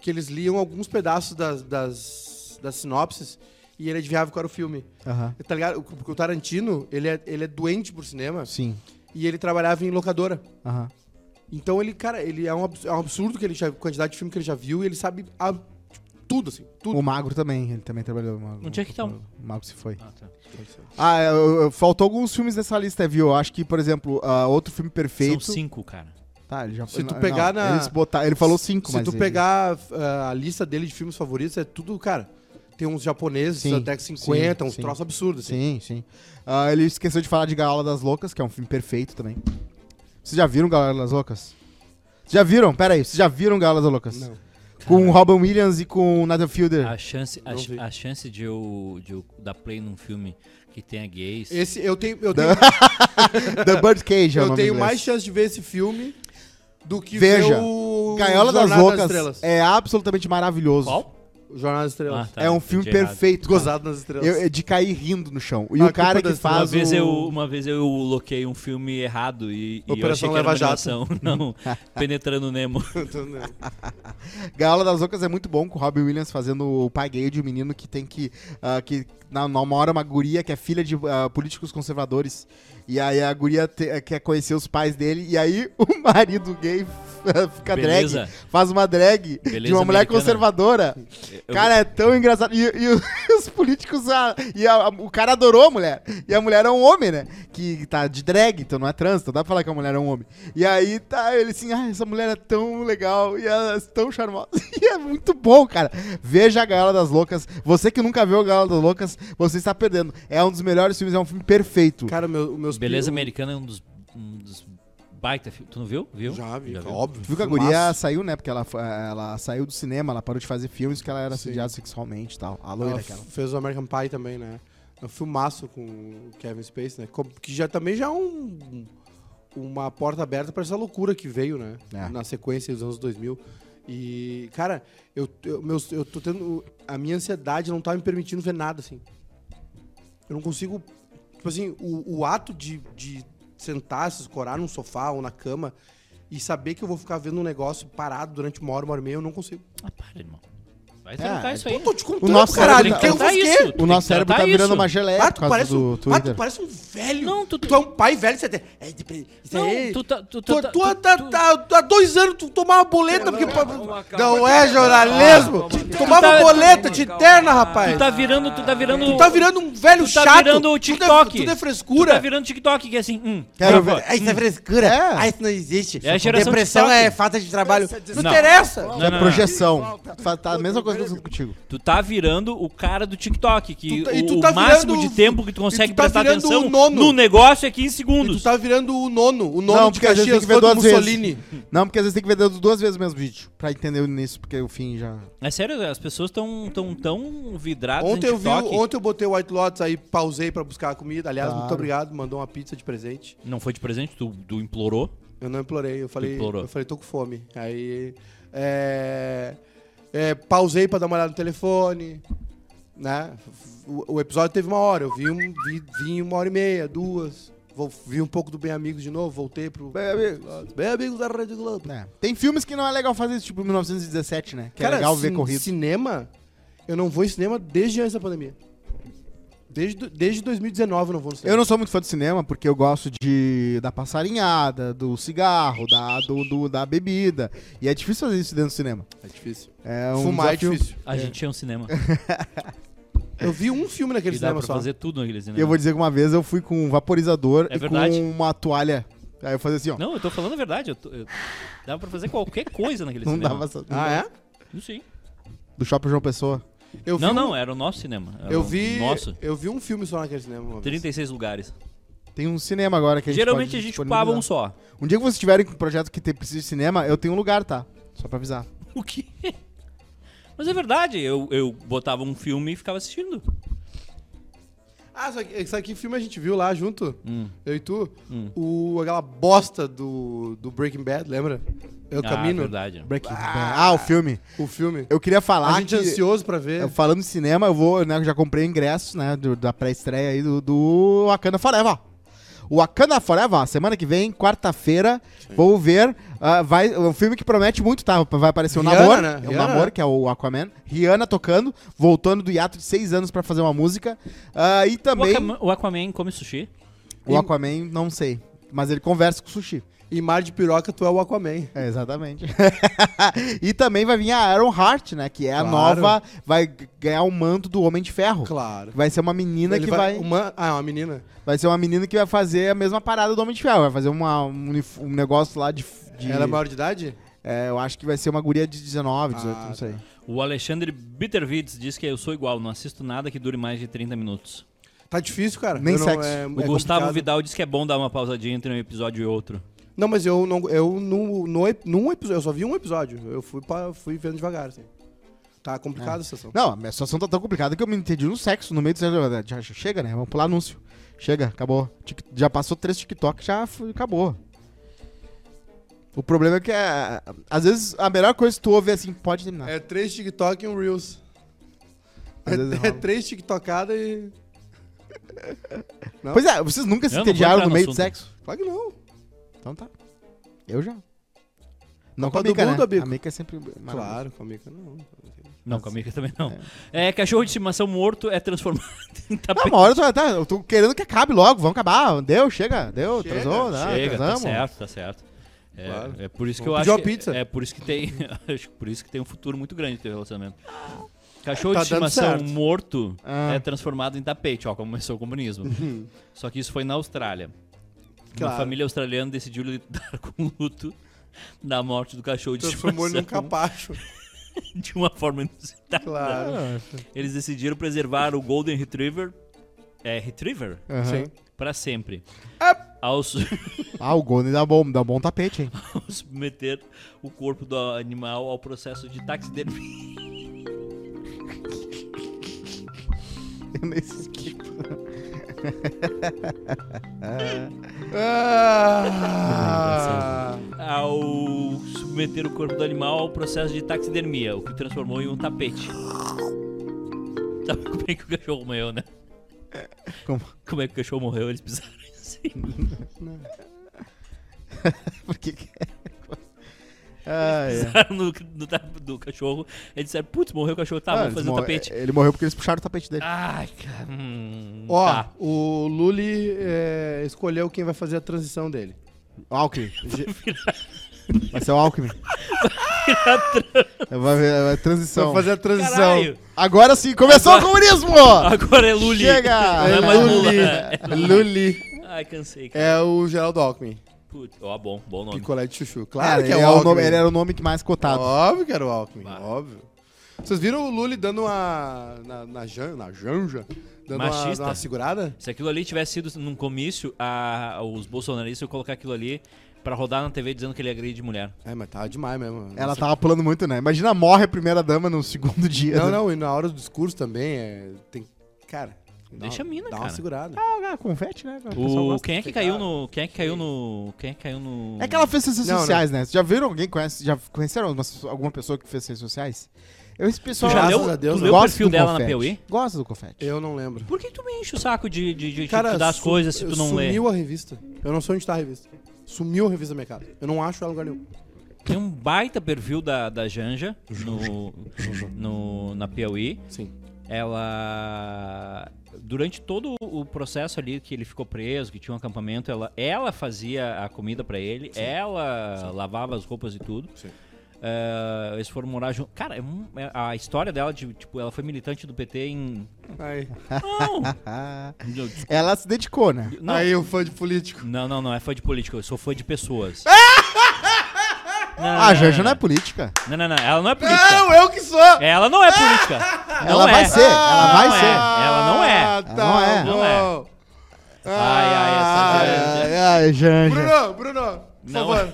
B: que eles liam alguns pedaços das, das, das sinopses e ele adivinhava qual era o filme.
C: Aham.
B: Tá ligado? Porque o Tarantino, ele é, ele é doente por cinema
C: Sim.
B: e ele trabalhava em locadora.
C: Aham.
B: Então ele, cara, ele é um abs- é um absurdo que ele já, a quantidade de filme que ele já viu e ele sabe a- tudo, assim, tudo.
C: O Magro também, ele também trabalhou. O Magro,
A: Não tinha que tá um-
C: O Magro se foi.
A: Ah, tá.
C: Ah, eu- eu- faltou alguns filmes dessa lista, viu? Eu acho que, por exemplo, ah, outro filme
A: São
C: perfeito.
A: cinco, cara.
C: Tá, ele já
B: Se tu
C: não,
B: pegar na-
C: eles botaram- ele falou cinco,
B: Se
C: mas.
B: tu
C: ele- né?
B: pegar ah, a lista dele de filmes favoritos, é tudo, cara. Tem uns japoneses,
C: Sim,
B: até que 50,
C: sim,
B: uns
C: sim.
B: troços absurdos. Assim.
C: Sim, sim. Ah, ele esqueceu de falar de Gaiola das Loucas, que é um filme perfeito também. Vocês já viram Gaiola das Loucas? Vocês já viram? Pera aí, vocês já viram Gaiola das Loucas?
B: Não.
C: Com o Robin Williams e com o Nathan Fielder.
A: A chance, a,
B: Não
A: ch-
B: vi.
A: a chance de eu, de eu dar play num filme que tenha gays.
C: É,
B: Esse, eu tenho, eu tenho,
C: The Birdcage é o
B: eu
C: nome em
B: tenho
C: inglês.
B: mais chance de ver esse filme do que ver
C: Veja,
B: o
C: Gaiola das
B: Jornada
C: Loucas
B: Estrelas.
C: é absolutamente maravilhoso.
B: O Jornada das
A: Ah,
B: Estrelas.
A: tá,
C: é um
A: entendi
C: filme
A: errado.
C: perfeito. cara.
B: Gozado nas Estrelas.
C: Eu, é de cair rindo no chão. E
B: Ah,
C: o cara
B: culpa
C: que
B: das estrelas.
A: Uma
C: faz
A: vez,
C: o...
A: eu, uma vez eu loquei um filme errado e, e eu achei
B: Operação
A: que era uma
B: Lava Jato.
A: animação. Não, Penetrando Nemo.
B: Tô- né?
C: Gaiola das Loucas é muito bom, com o Robin Williams fazendo o pai gay de um menino que tem que... ah, que na, numa hora uma guria que é filha de ah, políticos conservadores. E aí a guria te- eh, quer conhecer os pais dele. E aí o marido gay fica
A: Beleza.
C: drag. Faz uma drag de
A: Beleza
C: uma mulher
A: americana.
C: conservadora.
A: Eu-
C: Cara, é tão engraçado. E, e o- os políticos. ah, e a- o cara adorou a mulher. E a mulher é um homem, né? Que tá de drag, então não é trans, então dá pra falar que a mulher é um homem. E aí tá ele assim, ah, essa mulher é tão legal e ela é tão charmosa. E é muito bom, cara. Veja a Gaiola das Loucas. Você que nunca viu a Gaiola das Loucas, você está perdendo. É um dos melhores filmes, é um filme perfeito.
B: Cara, meu, meus
A: Beleza
B: pi-
A: Americana é um dos, um dos baita filmes. Tu não viu? Viu?
B: Já vi,
A: viu?
B: óbvio.
C: Viu que a
B: filmaço.
C: guria saiu, né? Porque ela, foi- ela saiu do cinema, ela parou de fazer filmes que ela era
B: Sim.
C: assediada sexualmente e tal. A
B: Ela
C: loira,
B: f-
C: aquela.
B: fez o American Pie também, né? É um filmaço com o Kevin Spacey, né? Com- Que já também já é um, uma porta aberta pra essa loucura que veio, né?
C: É.
B: Na sequência dos anos 2000. E, cara, eu, eu, meus, eu tô tendo... A minha ansiedade não tá me permitindo ver nada, assim. Eu não consigo... Tipo assim, o, o ato de, de sentar, se escorar num sofá ou na cama e saber que eu vou ficar vendo um negócio parado durante uma hora, uma hora e meia, eu não consigo.
A: Ah, para, irmão. Vai
C: É,
A: trancar isso aí.
B: Eu tô te contando,
C: O nosso
B: caralho. um
C: cérebro-
B: que eu vou
A: Tá
B: fazer?
A: isso. Tu tem
C: O
A: que
C: nosso cérebro tá
A: tratar
C: virando
A: isso.
C: uma geleia
B: Ah,
C: por
B: tu
C: causa
B: parece,
C: do
B: um, ah,
C: Twitter.
B: tu parece um velho.
A: Não, tu-
B: é um pai velho, você tem. É, de- isso aí-
A: Não, tu tá- tu
B: Tu-
A: tá-
B: tu-
A: tu-
B: tá-
A: tu-
B: tá- tu- Há dois anos tu tomava boleta, porque. pa-
A: calma,
B: Não
A: calma,
B: é jornalismo! Tu tomava
A: calma,
B: boleta, te interna, rapaz!
A: Tu tá virando, tu tá virando.
B: Tu tá virando um velho
A: tu tá
B: chato!
A: virando o
B: tudo é-
A: TikTok.
B: Tudo é
A: Tu tá
B: frescura!
A: virando TikTok, que é assim. Hum,
C: Quero
A: por
C: ver-
A: favor.
B: Ah, isso é frescura!
C: É.
B: Ah, isso não existe!
A: É a geração
B: Depressão
A: TikTok.
B: é falta de trabalho! Não,
A: Não.
B: interessa!
A: Não,
C: Isso é
A: não, não.
C: projeção. Fa- Tá a mesma coisa acontecendo contigo.
A: Tu tá virando o cara do TikTok, que
B: Tu tá- e tu
A: o,
B: tá
A: o máximo
B: virando-
A: de tempo que
B: e
A: tu
B: tu
A: consegue
B: tá
A: prestar
B: virando o
A: atenção
B: nono.
A: no negócio é 15
B: E tu
A: segundos.
B: tá virando o nono, o nono
C: não,
B: de
C: porque às vezes
B: Caxias
C: tem que ver
B: fã do
C: duas
B: Mussolini.
C: vezes. Não, porque às vezes tem que ver duas duas vezes o mesmo vídeo. Pra entender o início, porque o fim já.
A: É sério, as pessoas estão tão, tão vidradas
B: Ontem
A: em
B: eu, vi,
A: TikTok.
B: ontem eu botei o White Lotus aí, pausei pra buscar a comida. Aliás,
C: Claro.
B: muito obrigado, mandou uma pizza de presente.
A: Não foi de presente, tu, tu implorou.
B: Eu não implorei, eu falei,
A: implorou.
B: eu falei, tô com fome. Aí, é, é, pausei pra dar uma olhada no telefone, né? O, o episódio teve uma hora, eu vi, um, vi, vi uma hora e meia, duas. Vou, vi um pouco do Bem Amigos de novo, voltei pro...
C: Bem Amigos.
B: Bem Amigos da Rede Globo.
C: É. Tem filmes que não é legal fazer isso, tipo 1917, né? Que é legal ver
B: cin-
C: corrido.
B: assim, cinema, eu não vou em cinema desde antes da pandemia. Desde, do- desde 2019 eu não vou no cinema.
C: Eu não sou muito fã do cinema porque eu gosto de da passarinhada, do cigarro, da, do, do- da bebida. E é difícil fazer isso dentro do cinema.
B: É difícil.
C: É um
B: Fumar
C: desafio.
B: é difícil.
A: A gente é um cinema.
B: Eu vi um filme naquele
A: E dá
B: cinema
A: pra
B: só.
A: fazer tudo naquele cinema.
C: E
B: né?
C: eu vou dizer que uma vez eu fui com um vaporizador
A: É
C: e
A: verdade.
C: com uma toalha. Aí eu fazia assim, ó. Não,
A: Não, eu tô falando a verdade. Eu tô- eu- Dava pra fazer qualquer coisa naquele cinema.
C: dava essa.
B: Ah, é?
A: Não sei.
C: Do shopping João Pessoa.
B: Eu vi
A: né? Não,
B: um-
A: não, era o nosso cinema. Era
B: Eu
A: o
B: vi,
A: Nosso.
B: eu vi um filme só naquele cinema. uma vez.
A: 36 lugares.
C: Tem um cinema agora que a gente
A: Geralmente
C: pode
A: a gente
C: disponibilizar.
A: pava um só.
C: Um dia que vocês tiverem com um projeto que tem, precisa de cinema, eu tenho um lugar, tá? Só pra avisar.
A: O quê? Mas é verdade, eu, eu botava um filme e ficava assistindo.
B: Ah, só que, só que filme a gente viu lá junto.
A: Hum.
B: Eu e tu. O, aquela bosta do, do Breaking Bad, lembra? Eu
A: Ah,
B: Camino.
A: verdade.
C: Breaking Bad. Ah, o filme.
B: O filme.
C: Eu queria falar
B: a gente
C: que...
B: ansioso né? pra ver.
C: eu, falando de cinema, eu vou, né, eu já comprei ingressos, né, do- da pré-estreia aí do, do Wakanda Forever. O Wakanda Forever, semana que vem, quarta-feira, vou ver, ah, vai, é um filme que promete muito, tá? Vai aparecer o
B: Rihanna,
C: Namor,
B: né?
C: é o
B: Rihanna.
C: Namor, que é o Aquaman, Rihanna tocando, voltando do hiato de seis anos pra fazer uma música, ah, e
A: O
C: também
A: Aquaman, o Aquaman come sushi.
C: o Aquaman, não sei, mas ele conversa com o Sushi.
B: Em Mar de Piroca, tu é o Aquaman.
C: É, exatamente. e também vai vir a Aaron Hart, né? Que é a
B: Claro.
C: nova. Vai g- ganhar o manto do Homem de Ferro.
B: Claro.
C: Vai ser uma menina
B: Ele
C: que vai.
B: Uma, ah, é uma menina.
C: Vai ser uma menina que vai fazer a mesma parada do Homem de Ferro. Vai fazer uma, um, unif- um negócio lá de. f- de-
B: Ela é maior de idade?
C: É, eu acho que vai ser uma guria de 19, 18,
B: Ah,
C: não sei.
A: O Alexandre Bitterwitz diz que eu sou igual, não assisto nada que dure mais de 30 minutos.
B: Tá difícil, cara.
C: Nem
B: Eu não-
C: sexo.
B: é-
A: O
B: é
A: Gustavo
B: complicado.
A: Vidal diz que é bom dar uma pausadinha entre um episódio e outro.
B: Não, mas eu não. Eu no, no, ep- num episódio. Eu só vi um episódio. Eu fui, pra, fui vendo devagar, assim. Tá
A: Ah.
B: complicada a situação.
C: Não, a minha situação tá tão complicada que eu me entendi no sexo, no meio do sexo. Já- já Chega, né? Vamos pular anúncio. Chega, acabou. Tic- Já passou três TikTok, já foi- acabou. O problema é que é, às vezes a melhor coisa que tu ouve é assim, pode terminar.
B: É três TikTok e um Reels.
C: Às vezes
B: É,
C: rola.
B: três TikTokadas e.
C: Pois é, vocês nunca se
A: Eu não vou
C: entediaram
A: entrar
C: no
A: no
C: meio do
A: assunto.
C: sexo?
B: Claro que não.
C: Então tá. Eu já. Não
B: Copa
C: com a
B: do
C: Mica,
B: Mundo,
C: né?
B: Abico?
C: A Mica é sempre maravilhosa.
B: Claro, com a Mica não.
A: Não, com a Mica também não. É. cachorro de estimação morto é transformado em
C: Não,
A: tapete.
C: uma hora eu tô, tá, eu tô querendo que acabe logo, vamos acabar. Deu, chega, deu,
B: Chega,
C: transou, né?
A: Chega, tá
C: transamos.
A: certo, tá certo. É,
B: Claro.
A: é por isso que eu
B: Vamos
A: acho
B: pedir uma
A: que,
B: pizza.
A: é por isso que tem, acho que por isso que tem um futuro muito grande teu relacionamento. Cachorro
B: Tá
A: de
B: dando
A: estimação
B: certo.
A: morto
C: Ah.
A: é transformado em tapete, ó, começou o comunismo. Só que isso foi na Austrália.
B: Claro.
A: Uma família australiana decidiu lidar com o luto da morte do cachorro de
B: Transformou ele num
A: estimação
B: capacho.
A: de uma forma inusitada.
B: Claro.
A: Eles decidiram preservar o Golden Retriever, é Retriever,
C: Aham.
B: Sim.
A: para sempre. Aos
C: Ah, o Golden dá bom, dá bom tapete, hein?
A: submeter o corpo do animal ao processo de taxidermia.
C: Eu nem sei o que que-
A: é
B: Ah,
A: Ao submeter o corpo do animal ao processo de taxidermia, o que transformou em um tapete. Sabe como é que o cachorro morreu, né?
C: Como?
A: é que o cachorro morreu? Eles pisaram em cima.
C: Por que que é? Ah, é.
A: Pisaram no, no ta- do cachorro. Eles disseram, putz, morreu o cachorro. Tá,
C: Ah,
A: vamos fazer um
C: eles mor-
A: tapete. Ah.
C: Ele morreu porque eles puxaram o tapete dele.
A: Ai, cara. hum,
B: Ó,
A: tá.
B: o Lully é, escolheu quem vai fazer a transição dele.
C: O Alckmin. Vai ser o Alckmin. Vai ver vai transição.
B: Vai fazer a transição.
A: Caralho.
C: Agora sim, começou
A: Agora-
C: o comunismo!
A: Agora é Luli.
C: Chega!
A: Não é
B: É
A: mais Lula.
B: Lully.
A: É Lula.
B: Lully
A: Ai, cansei, cara.
B: é o Geraldo Alckmin.
A: Putz, ó, bom, bom nome.
B: Picolé de chuchu.
C: Cara,
B: Claro que é
C: ele,
B: o
C: é o
B: Alckmin.
C: nome, ele era o nome que mais cotado.
B: Óbvio que era o Alckmin,
A: Bah.
B: óbvio. Vocês viram o Lully dando uma. na, na, jan- na Janja? Dando uma-
A: Machista.
B: Uma, segurada?
A: Se aquilo ali tivesse sido num comício, a- os bolsonaristas iam colocar aquilo ali pra rodar na TV dizendo que ele agride mulher.
B: É, mas tava demais mesmo.
C: Ela tava pulando muito, né? Imagina, morre a primeira dama no segundo dia.
B: Não,
C: né?
B: não, e na hora do discurso também é. Tem. Cara. dá
A: Deixa
B: uma-
A: a mina,
B: Dá
A: cara.
B: uma segurada.
C: Ah, confete, né?
A: O, quem é que caiu no. Quem é que caiu no. Quem é que caiu no.
C: É que ela fez ciências
B: Não,
C: sociais, né? Vocês já viram alguém? Conhece, já conheceram alguma, alguma pessoa que fez ciências sociais? Eu, esse
A: Tu
C: pessoal.
A: já
B: Graças
A: leu,
B: a Deus,
A: tu
B: não.
A: leu o
C: gosta
A: perfil
C: do
A: dela na
C: confete.
A: PUI?
C: Gosta do confete.
B: Eu não lembro.
A: Por que tu me enche o saco de, de, de
B: Cara,
A: te dar as
B: su-
A: coisas se tu não lê?
B: Sumiu a revista. Eu não sei onde tá a revista. Sumiu a revista da minha casa. Eu não acho ela em lugar nenhum.
A: Tem um baita perfil da, da Janja no, no, na Piauí.
B: Sim.
A: ela durante todo o processo ali que ele ficou preso, que tinha um acampamento, ela, ela fazia a comida pra ele, ela lavava as roupas e tudo.
B: Sim.
A: Eh, eles foram morar junto. Cara, é um- é- a história dela de tipo, ela foi militante do PT em
B: Aí,
A: não,
C: Ah,
A: não,
C: ela se dedicou, né?
A: não,
B: aí o fã de político.
A: não, não, não é fã de política, eu sou fã de pessoas.
B: Ah!
A: Não,
C: Ah, a Janja não é política.
A: Não, não, não, ela não é política.
B: Não, eu que sou!
A: Ela não é política.
C: ela
A: Não é.
C: vai ser, ela
A: Não
C: vai
A: é.
C: ser.
A: Ela não é.
B: Ah, tá
C: Ela
A: não é.
B: bom.
A: Ai, ai, essa é
B: Ah,
A: Janja.
C: Ai, ai, Janja.
B: Bruno, Bruno, por
A: Não
B: favor.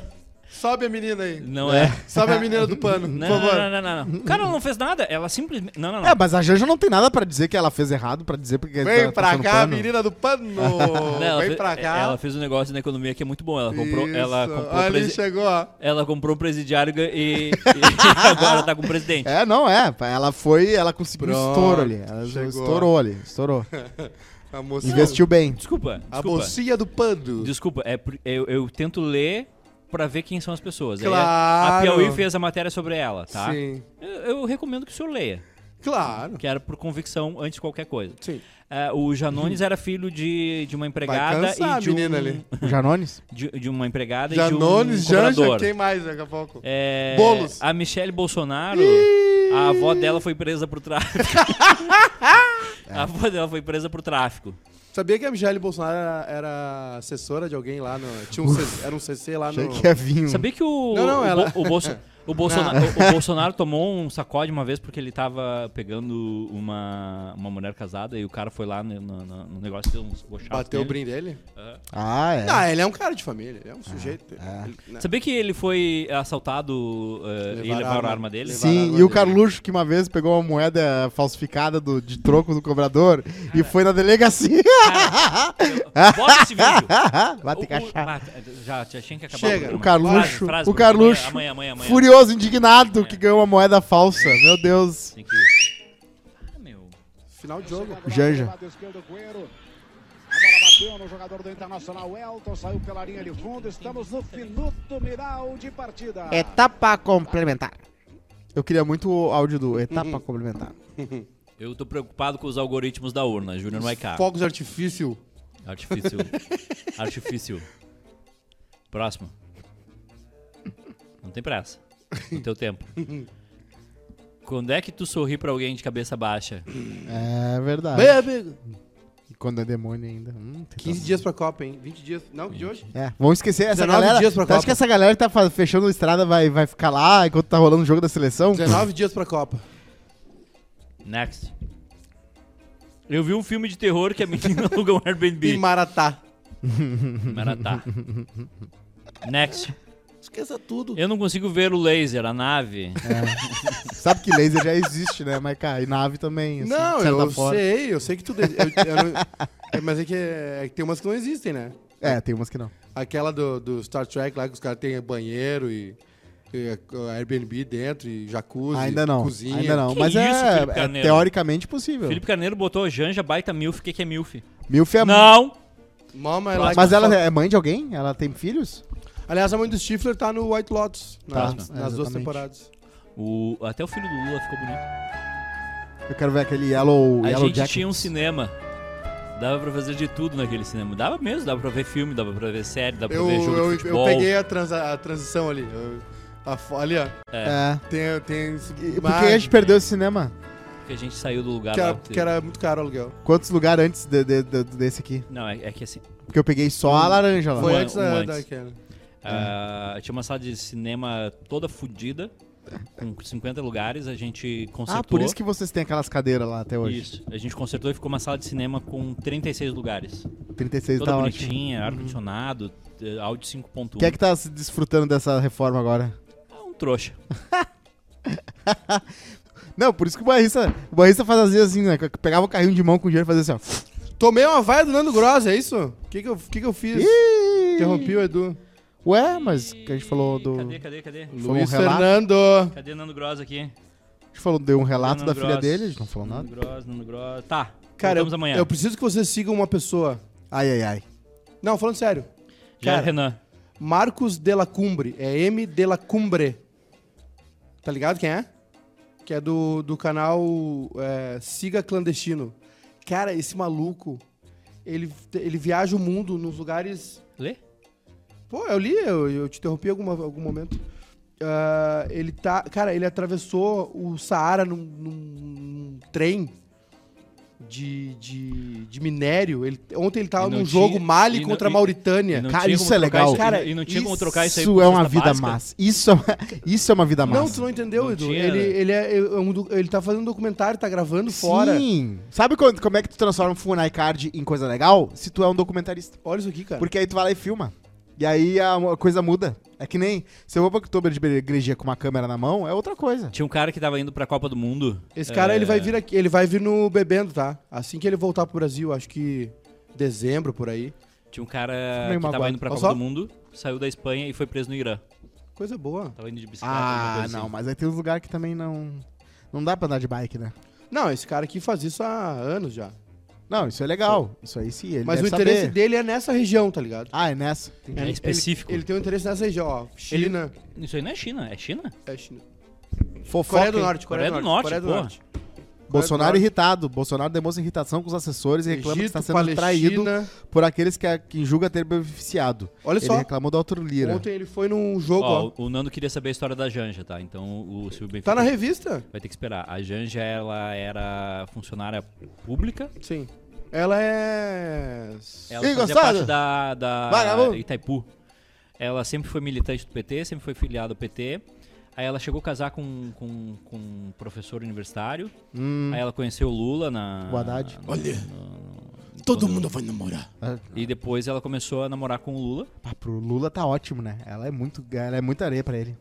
B: Sobe a menina aí.
A: Não é.
B: Sobe a menina do pano, por
A: Não,
B: favor.
A: não, não, não, não. Cara, ela não fez nada. Ela simplesmente. Não, não, não.
C: É, mas a Janja não tem nada pra dizer que ela fez errado, pra dizer porque
B: Vem
C: tá
B: pra
C: passando
B: cá,
C: pano.
B: menina do pano.
A: Não, ela
B: Vem
A: fe-
B: pra cá.
A: Ela fez um negócio na economia que é muito bom. Ela comprou,
B: Isso.
A: ela comprou,
B: Ali
A: presi-
B: chegou, ó.
A: ela comprou o presidiário e, e- e agora tá com o presidente.
C: É, não, é. Ela foi, ela conseguiu um
B: Pronto,
C: estouro ali. Ela
B: chegou.
C: estourou ali, estourou.
B: A moça.
C: Investiu bem.
A: Desculpa,
B: A
A: desculpa.
B: bolsinha do pano.
A: Desculpa, é, por- eu, eu tento ler pra ver quem são as pessoas. Aí a- A
B: Claro.
A: Piauí fez a matéria sobre ela, tá?
B: Sim.
A: Eu, eu recomendo que o senhor leia,
B: Claro.
A: que era por convicção antes de qualquer coisa.
B: Sim.
A: Ah, o Janones era filho de, de uma empregada
B: Uhum. cansar
A: e
B: a
A: de, um,
B: menina ali.
C: O Janones?
A: de, de uma empregada
B: Janones,
A: e de um
B: Janja,
A: cobrador.
B: quem mais daqui a pouco?
A: É,
B: Bolos.
A: A Michelle Bolsonaro, a avó dela foi presa por tráfico.
B: É.
A: A avó dela foi presa por tráfico.
B: Sabia que a Michelle Bolsonaro era, era assessora de alguém lá no. Tinha um CC, era um CC lá
C: Achei
B: no.
C: que é vinho.
A: Sabia que o,
B: Hum. Não, não,
A: o,
B: ela-
A: Bo- o Bolso- o Bolsonaro, o- o Bolsonaro tomou um sacode uma vez porque ele tava pegando uma, uma mulher casada e o cara foi lá no, no- no- no negócio deu uns bochados
B: Bateu o
A: nele.
B: brim dele?
C: Ah, é. Ah,
B: Não, ele é um cara de família, ele é um sujeito. ele- né?
A: Sabia que ele foi assaltado eh, e
B: Levaram a
A: levaram a
B: arma.
A: arma dele?
B: Levaram.
C: Sim,
B: Varela
C: e o
B: dele.
C: Carluxo que uma vez pegou uma moeda falsificada do, de troco do cobrador e foi na delegacia.
A: Bota esse vídeo!
C: Vai ter que
A: O- o-
C: achar.
A: ah, já, já tinha que acabar
B: Chega.
A: programa.
C: O
A: Frase,
C: Carluxo,
A: frase, é
C: o Carluxo,
A: Amanhã, amanhã, amanhã. É.
C: furioso, indignado que ganhou uma moeda falsa. Meu Deus.
A: Tem que... Ah, meu.
B: Final de jogo.
C: Janja.
G: bola bateu no jogador do Internacional, Elton, saiu pela linha de fundo. Estamos no minuto miral de partida.
C: Etapa complementar. Eu queria muito o áudio do etapa complementar.
A: Eu tô preocupado com os algoritmos da urna, Júnior Maiká.
B: Fogos de artifício.
A: Artifício. Artifício. Próximo. Não tem pressa. No teu tempo. Quando é que tu sorri pra alguém de cabeça baixa?
C: É verdade.
B: Bem, amigo.
C: Quando é demônio ainda. Hum, tem
B: 15 dias pra Copa, hein? 20 dias. Não, de hoje?
C: É, vamos esquecer essa
B: 19
C: galera.
B: dias pra
C: tu acha
B: Copa.
C: que essa galera que tá fa- fechando a estrada vai, vai ficar lá enquanto tá rolando o jogo da seleção?
B: 19 dias pra Copa.
A: Next. Eu vi um filme de terror que a menina aluga um
B: Em
A: Airbnb.
B: Maratá.
A: Maratá. Next.
B: Esqueça tudo.
A: Eu não consigo ver o laser, a nave.
C: Sabe que laser já existe, né? Mas, cara, e nave também. assim,
B: não,
C: de certa
B: eu
C: forma.
B: sei, eu sei que tudo. Eu, eu não- é, mas é que, é que tem umas que não existem, né?
C: É, tem umas que não.
B: Aquela do, do Star Trek lá que os caras têm banheiro e, e a- a Airbnb dentro e jacuzzi,
C: Ainda não.
B: cozinha.
C: Ainda não.
A: Que
C: Mas
A: isso,
C: é,
A: Felipe
C: é
A: Carneiro?
C: teoricamente possível.
A: Felipe Carneiro botou Janja baita milf. O que, que é milf?
C: Milf é
A: Não!
B: Mama,
A: Mas
C: Mas ela é mãe de alguém? Ela tem filhos?
B: Aliás, a mãe do Stifler tá no White Lotus nas,
C: Tá, é,
B: nas duas
C: exatamente.
B: temporadas.
A: O, até o filho do Lula ficou bonito.
C: Eu quero ver aquele Yellow,
A: a
C: yellow
A: gente
C: Jacket.
A: tinha um cinema. Dava pra fazer de tudo naquele cinema. Dava mesmo, dava pra ver filme, dava pra ver série, dava pra
B: Eu,
A: ver jogo
B: eu,
A: de
B: eu
A: futebol.
B: peguei a, transa- a transição ali. Eu- a fo- ali, ó.
C: É.
B: Tem, tem
C: E por que
B: imagem,
C: a gente perdeu esse cinema?
A: Porque a gente saiu do lugar
B: que
A: lá.
B: era, que era muito caro o aluguel.
C: Quantos lugares antes de- de- de- desse aqui?
A: Não, é, é que assim,
C: Porque eu peguei só a laranja lá.
B: Foi
A: Um
B: antes,
A: an- um
B: da,
A: antes.
B: daquela.
C: É.
A: ah, tinha uma sala de cinema toda fodida, com 50 lugares, a gente consertou.
C: Ah, por isso que vocês têm aquelas cadeiras lá até hoje.
A: Isso, a gente consertou e ficou uma sala de cinema com 36 lugares.
C: 36
A: Toda
C: tá ótimo.
A: bonitinha, ar-condicionado, eh, áudio 5.1.
C: Quem é que tá se desfrutando dessa reforma agora?
A: Ah, um trouxa.
C: Não, por isso que o barrista, o barrista faz às vezes assim, né? que Pegava o carrinho de mão com o dinheiro e fazia assim, ó.
B: Tomei uma vaia do Nando Gross, é isso? O que, que, eu, que, que eu fiz?
C: Ih!
B: Interrompi o Edu.
C: Ué, mas que a gente falou do.
A: Cadê, cadê, cadê?
C: Foi um
B: Luiz
C: relato?
B: Fernando.
A: Cadê Nando Gross aqui?
C: A gente falou, deu um relato
A: Nando
C: da filha
A: Gross.
C: dele, a gente não falou nada.
A: Nando Gross, Nando Gross. Tá,
B: Cara,
A: voltamos
B: eu,
A: amanhã.
B: eu preciso que vocês sigam uma pessoa.
C: Ai, ai, ai.
B: Não, falando sério.
A: Já
B: cara.
A: Renan.
B: Marcos de la Cumbre. É M de la Cumbre. Tá ligado quem é? Que é do, do canal é, Siga Clandestino. Cara, esse maluco, ele, ele viaja o mundo nos lugares...
A: Lê?
B: Pô, eu li, eu, eu te interrompi em alguma, algum momento. Ah, ele tá... Cara, ele atravessou o Saara num, num trem de, de, de minério. Ele, ontem ele
A: E
B: tava
A: não
B: num jogo
A: tinha- e
B: Mali
A: não-
B: contra
A: e-
B: a Mauritânia.
A: E não
C: Cara,
A: tinha
C: isso
A: como
C: é
A: trocar
C: legal.
B: Cara,
A: e não tinha como trocar isso aí
C: Isso
A: por
C: é uma
A: cesta
C: vida
A: básica?
C: massa. Isso é uma, isso é uma vida
B: Não,
C: massa.
B: tu não entendeu,
A: Não
B: Edu.
A: tinha,
B: ele,
A: né?
B: ele, é, é um do- ele tá fazendo um documentário, tá gravando fora.
C: Sim. Sabe quando, como é que tu transforma um Funai Card em coisa legal? Se tu é um documentarista.
B: Olha isso aqui, cara.
C: Porque aí tu vai lá e filma. E aí a mo- a coisa muda. É que nem se eu vou pra Oktober de Igreja com uma câmera na mão, é outra coisa.
A: Tinha um cara que tava indo pra Copa do Mundo.
B: Esse cara,
A: É,
B: ele vai vir aqui, ele vai vir no Bebendo, tá? Assim que ele voltar pro Brasil, acho que dezembro, por aí.
A: Tinha um cara
C: meio
A: que tava
C: magoado.
A: indo pra
B: Olha
A: Copa
B: só.
A: do Mundo, saiu da Espanha e foi preso no Irã.
B: Coisa boa.
A: Tava indo de bicicleta. alguma
C: Ah,
A: coisa
C: não,
A: assim.
C: mas aí tem uns lugares que também não. Não dá pra andar de bike, né?
B: Não, esse cara aqui faz isso há anos já.
C: Não, isso é legal. Isso aí sim, ele
B: Mas o
C: deve
B: interesse
C: saber.
B: dele é nessa região, tá ligado?
C: Ah, é nessa.
A: É
B: Ele-
A: específico.
B: Ele, ele tem um interesse nessa região, ó. China.
A: Isso aí não é China, é China?
B: É China.
C: Fofoca.
B: Coreia do
C: hein?
B: Norte, Coreia, do Norte. Coreia do
A: porra.
B: Norte. É.
C: Bolsonaro
B: Norte.
C: irritado. Bolsonaro demonstra irritação com os assessores e reclama que
B: Egito,
C: está sendo
B: Palestina.
C: traído por aqueles que, a- que julga ter beneficiado.
B: Olha
C: ele
B: só.
C: reclamou da Arthur Lira.
B: Ontem ele foi num jogo, ó.
A: Ó, o Nando queria saber a história da Janja, tá? Então o Silvio Benfica
B: Tá na revista.
A: vai ter que esperar. A Janja, ela era funcionária pública.
B: Sim. Ela é.
A: Ela fazia
C: Ih, gostado?
A: parte da, da
C: Vagabundo.
A: Itaipu. Ela sempre foi militante do PT, sempre foi filiada ao PT. Aí ela chegou a casar com, com, com um professor universitário.
C: Hum.
A: Aí ela conheceu o Lula na...
C: O Haddad.
A: Olha,
B: Todo mundo vai namorar.
C: É.
A: E depois ela começou a namorar com o Lula.
C: Ah, pro Lula tá ótimo, né? Ela é muito, ela é muita areia pra ele.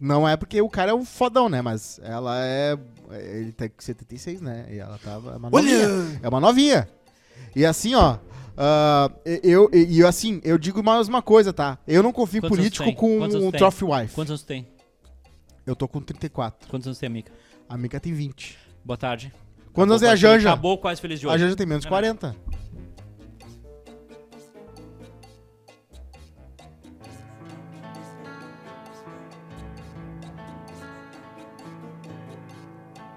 C: Não é porque o cara é um fodão, né? Mas ela é. Ele tem 76, né? E ela tava. É uma
B: Olha!
C: novinha. É uma novinha. E assim, ó. ah, eu, e e assim, eu digo mais uma coisa, tá? Eu não confio em
A: Quantos anos
C: político
A: tem?
C: com
A: Quantos anos
C: um
A: tem?
C: trophy wife.
A: Quantos anos tem?
C: Eu tô com 34.
A: Quantos anos tem, amiga?
C: A Mika tem 20.
A: Boa tarde.
C: Quantos anos é a
A: Acabou quase-
C: Janja?
A: Acabou quase feliz de hoje.
C: A Janja tem menos
A: Não, não.
C: 40.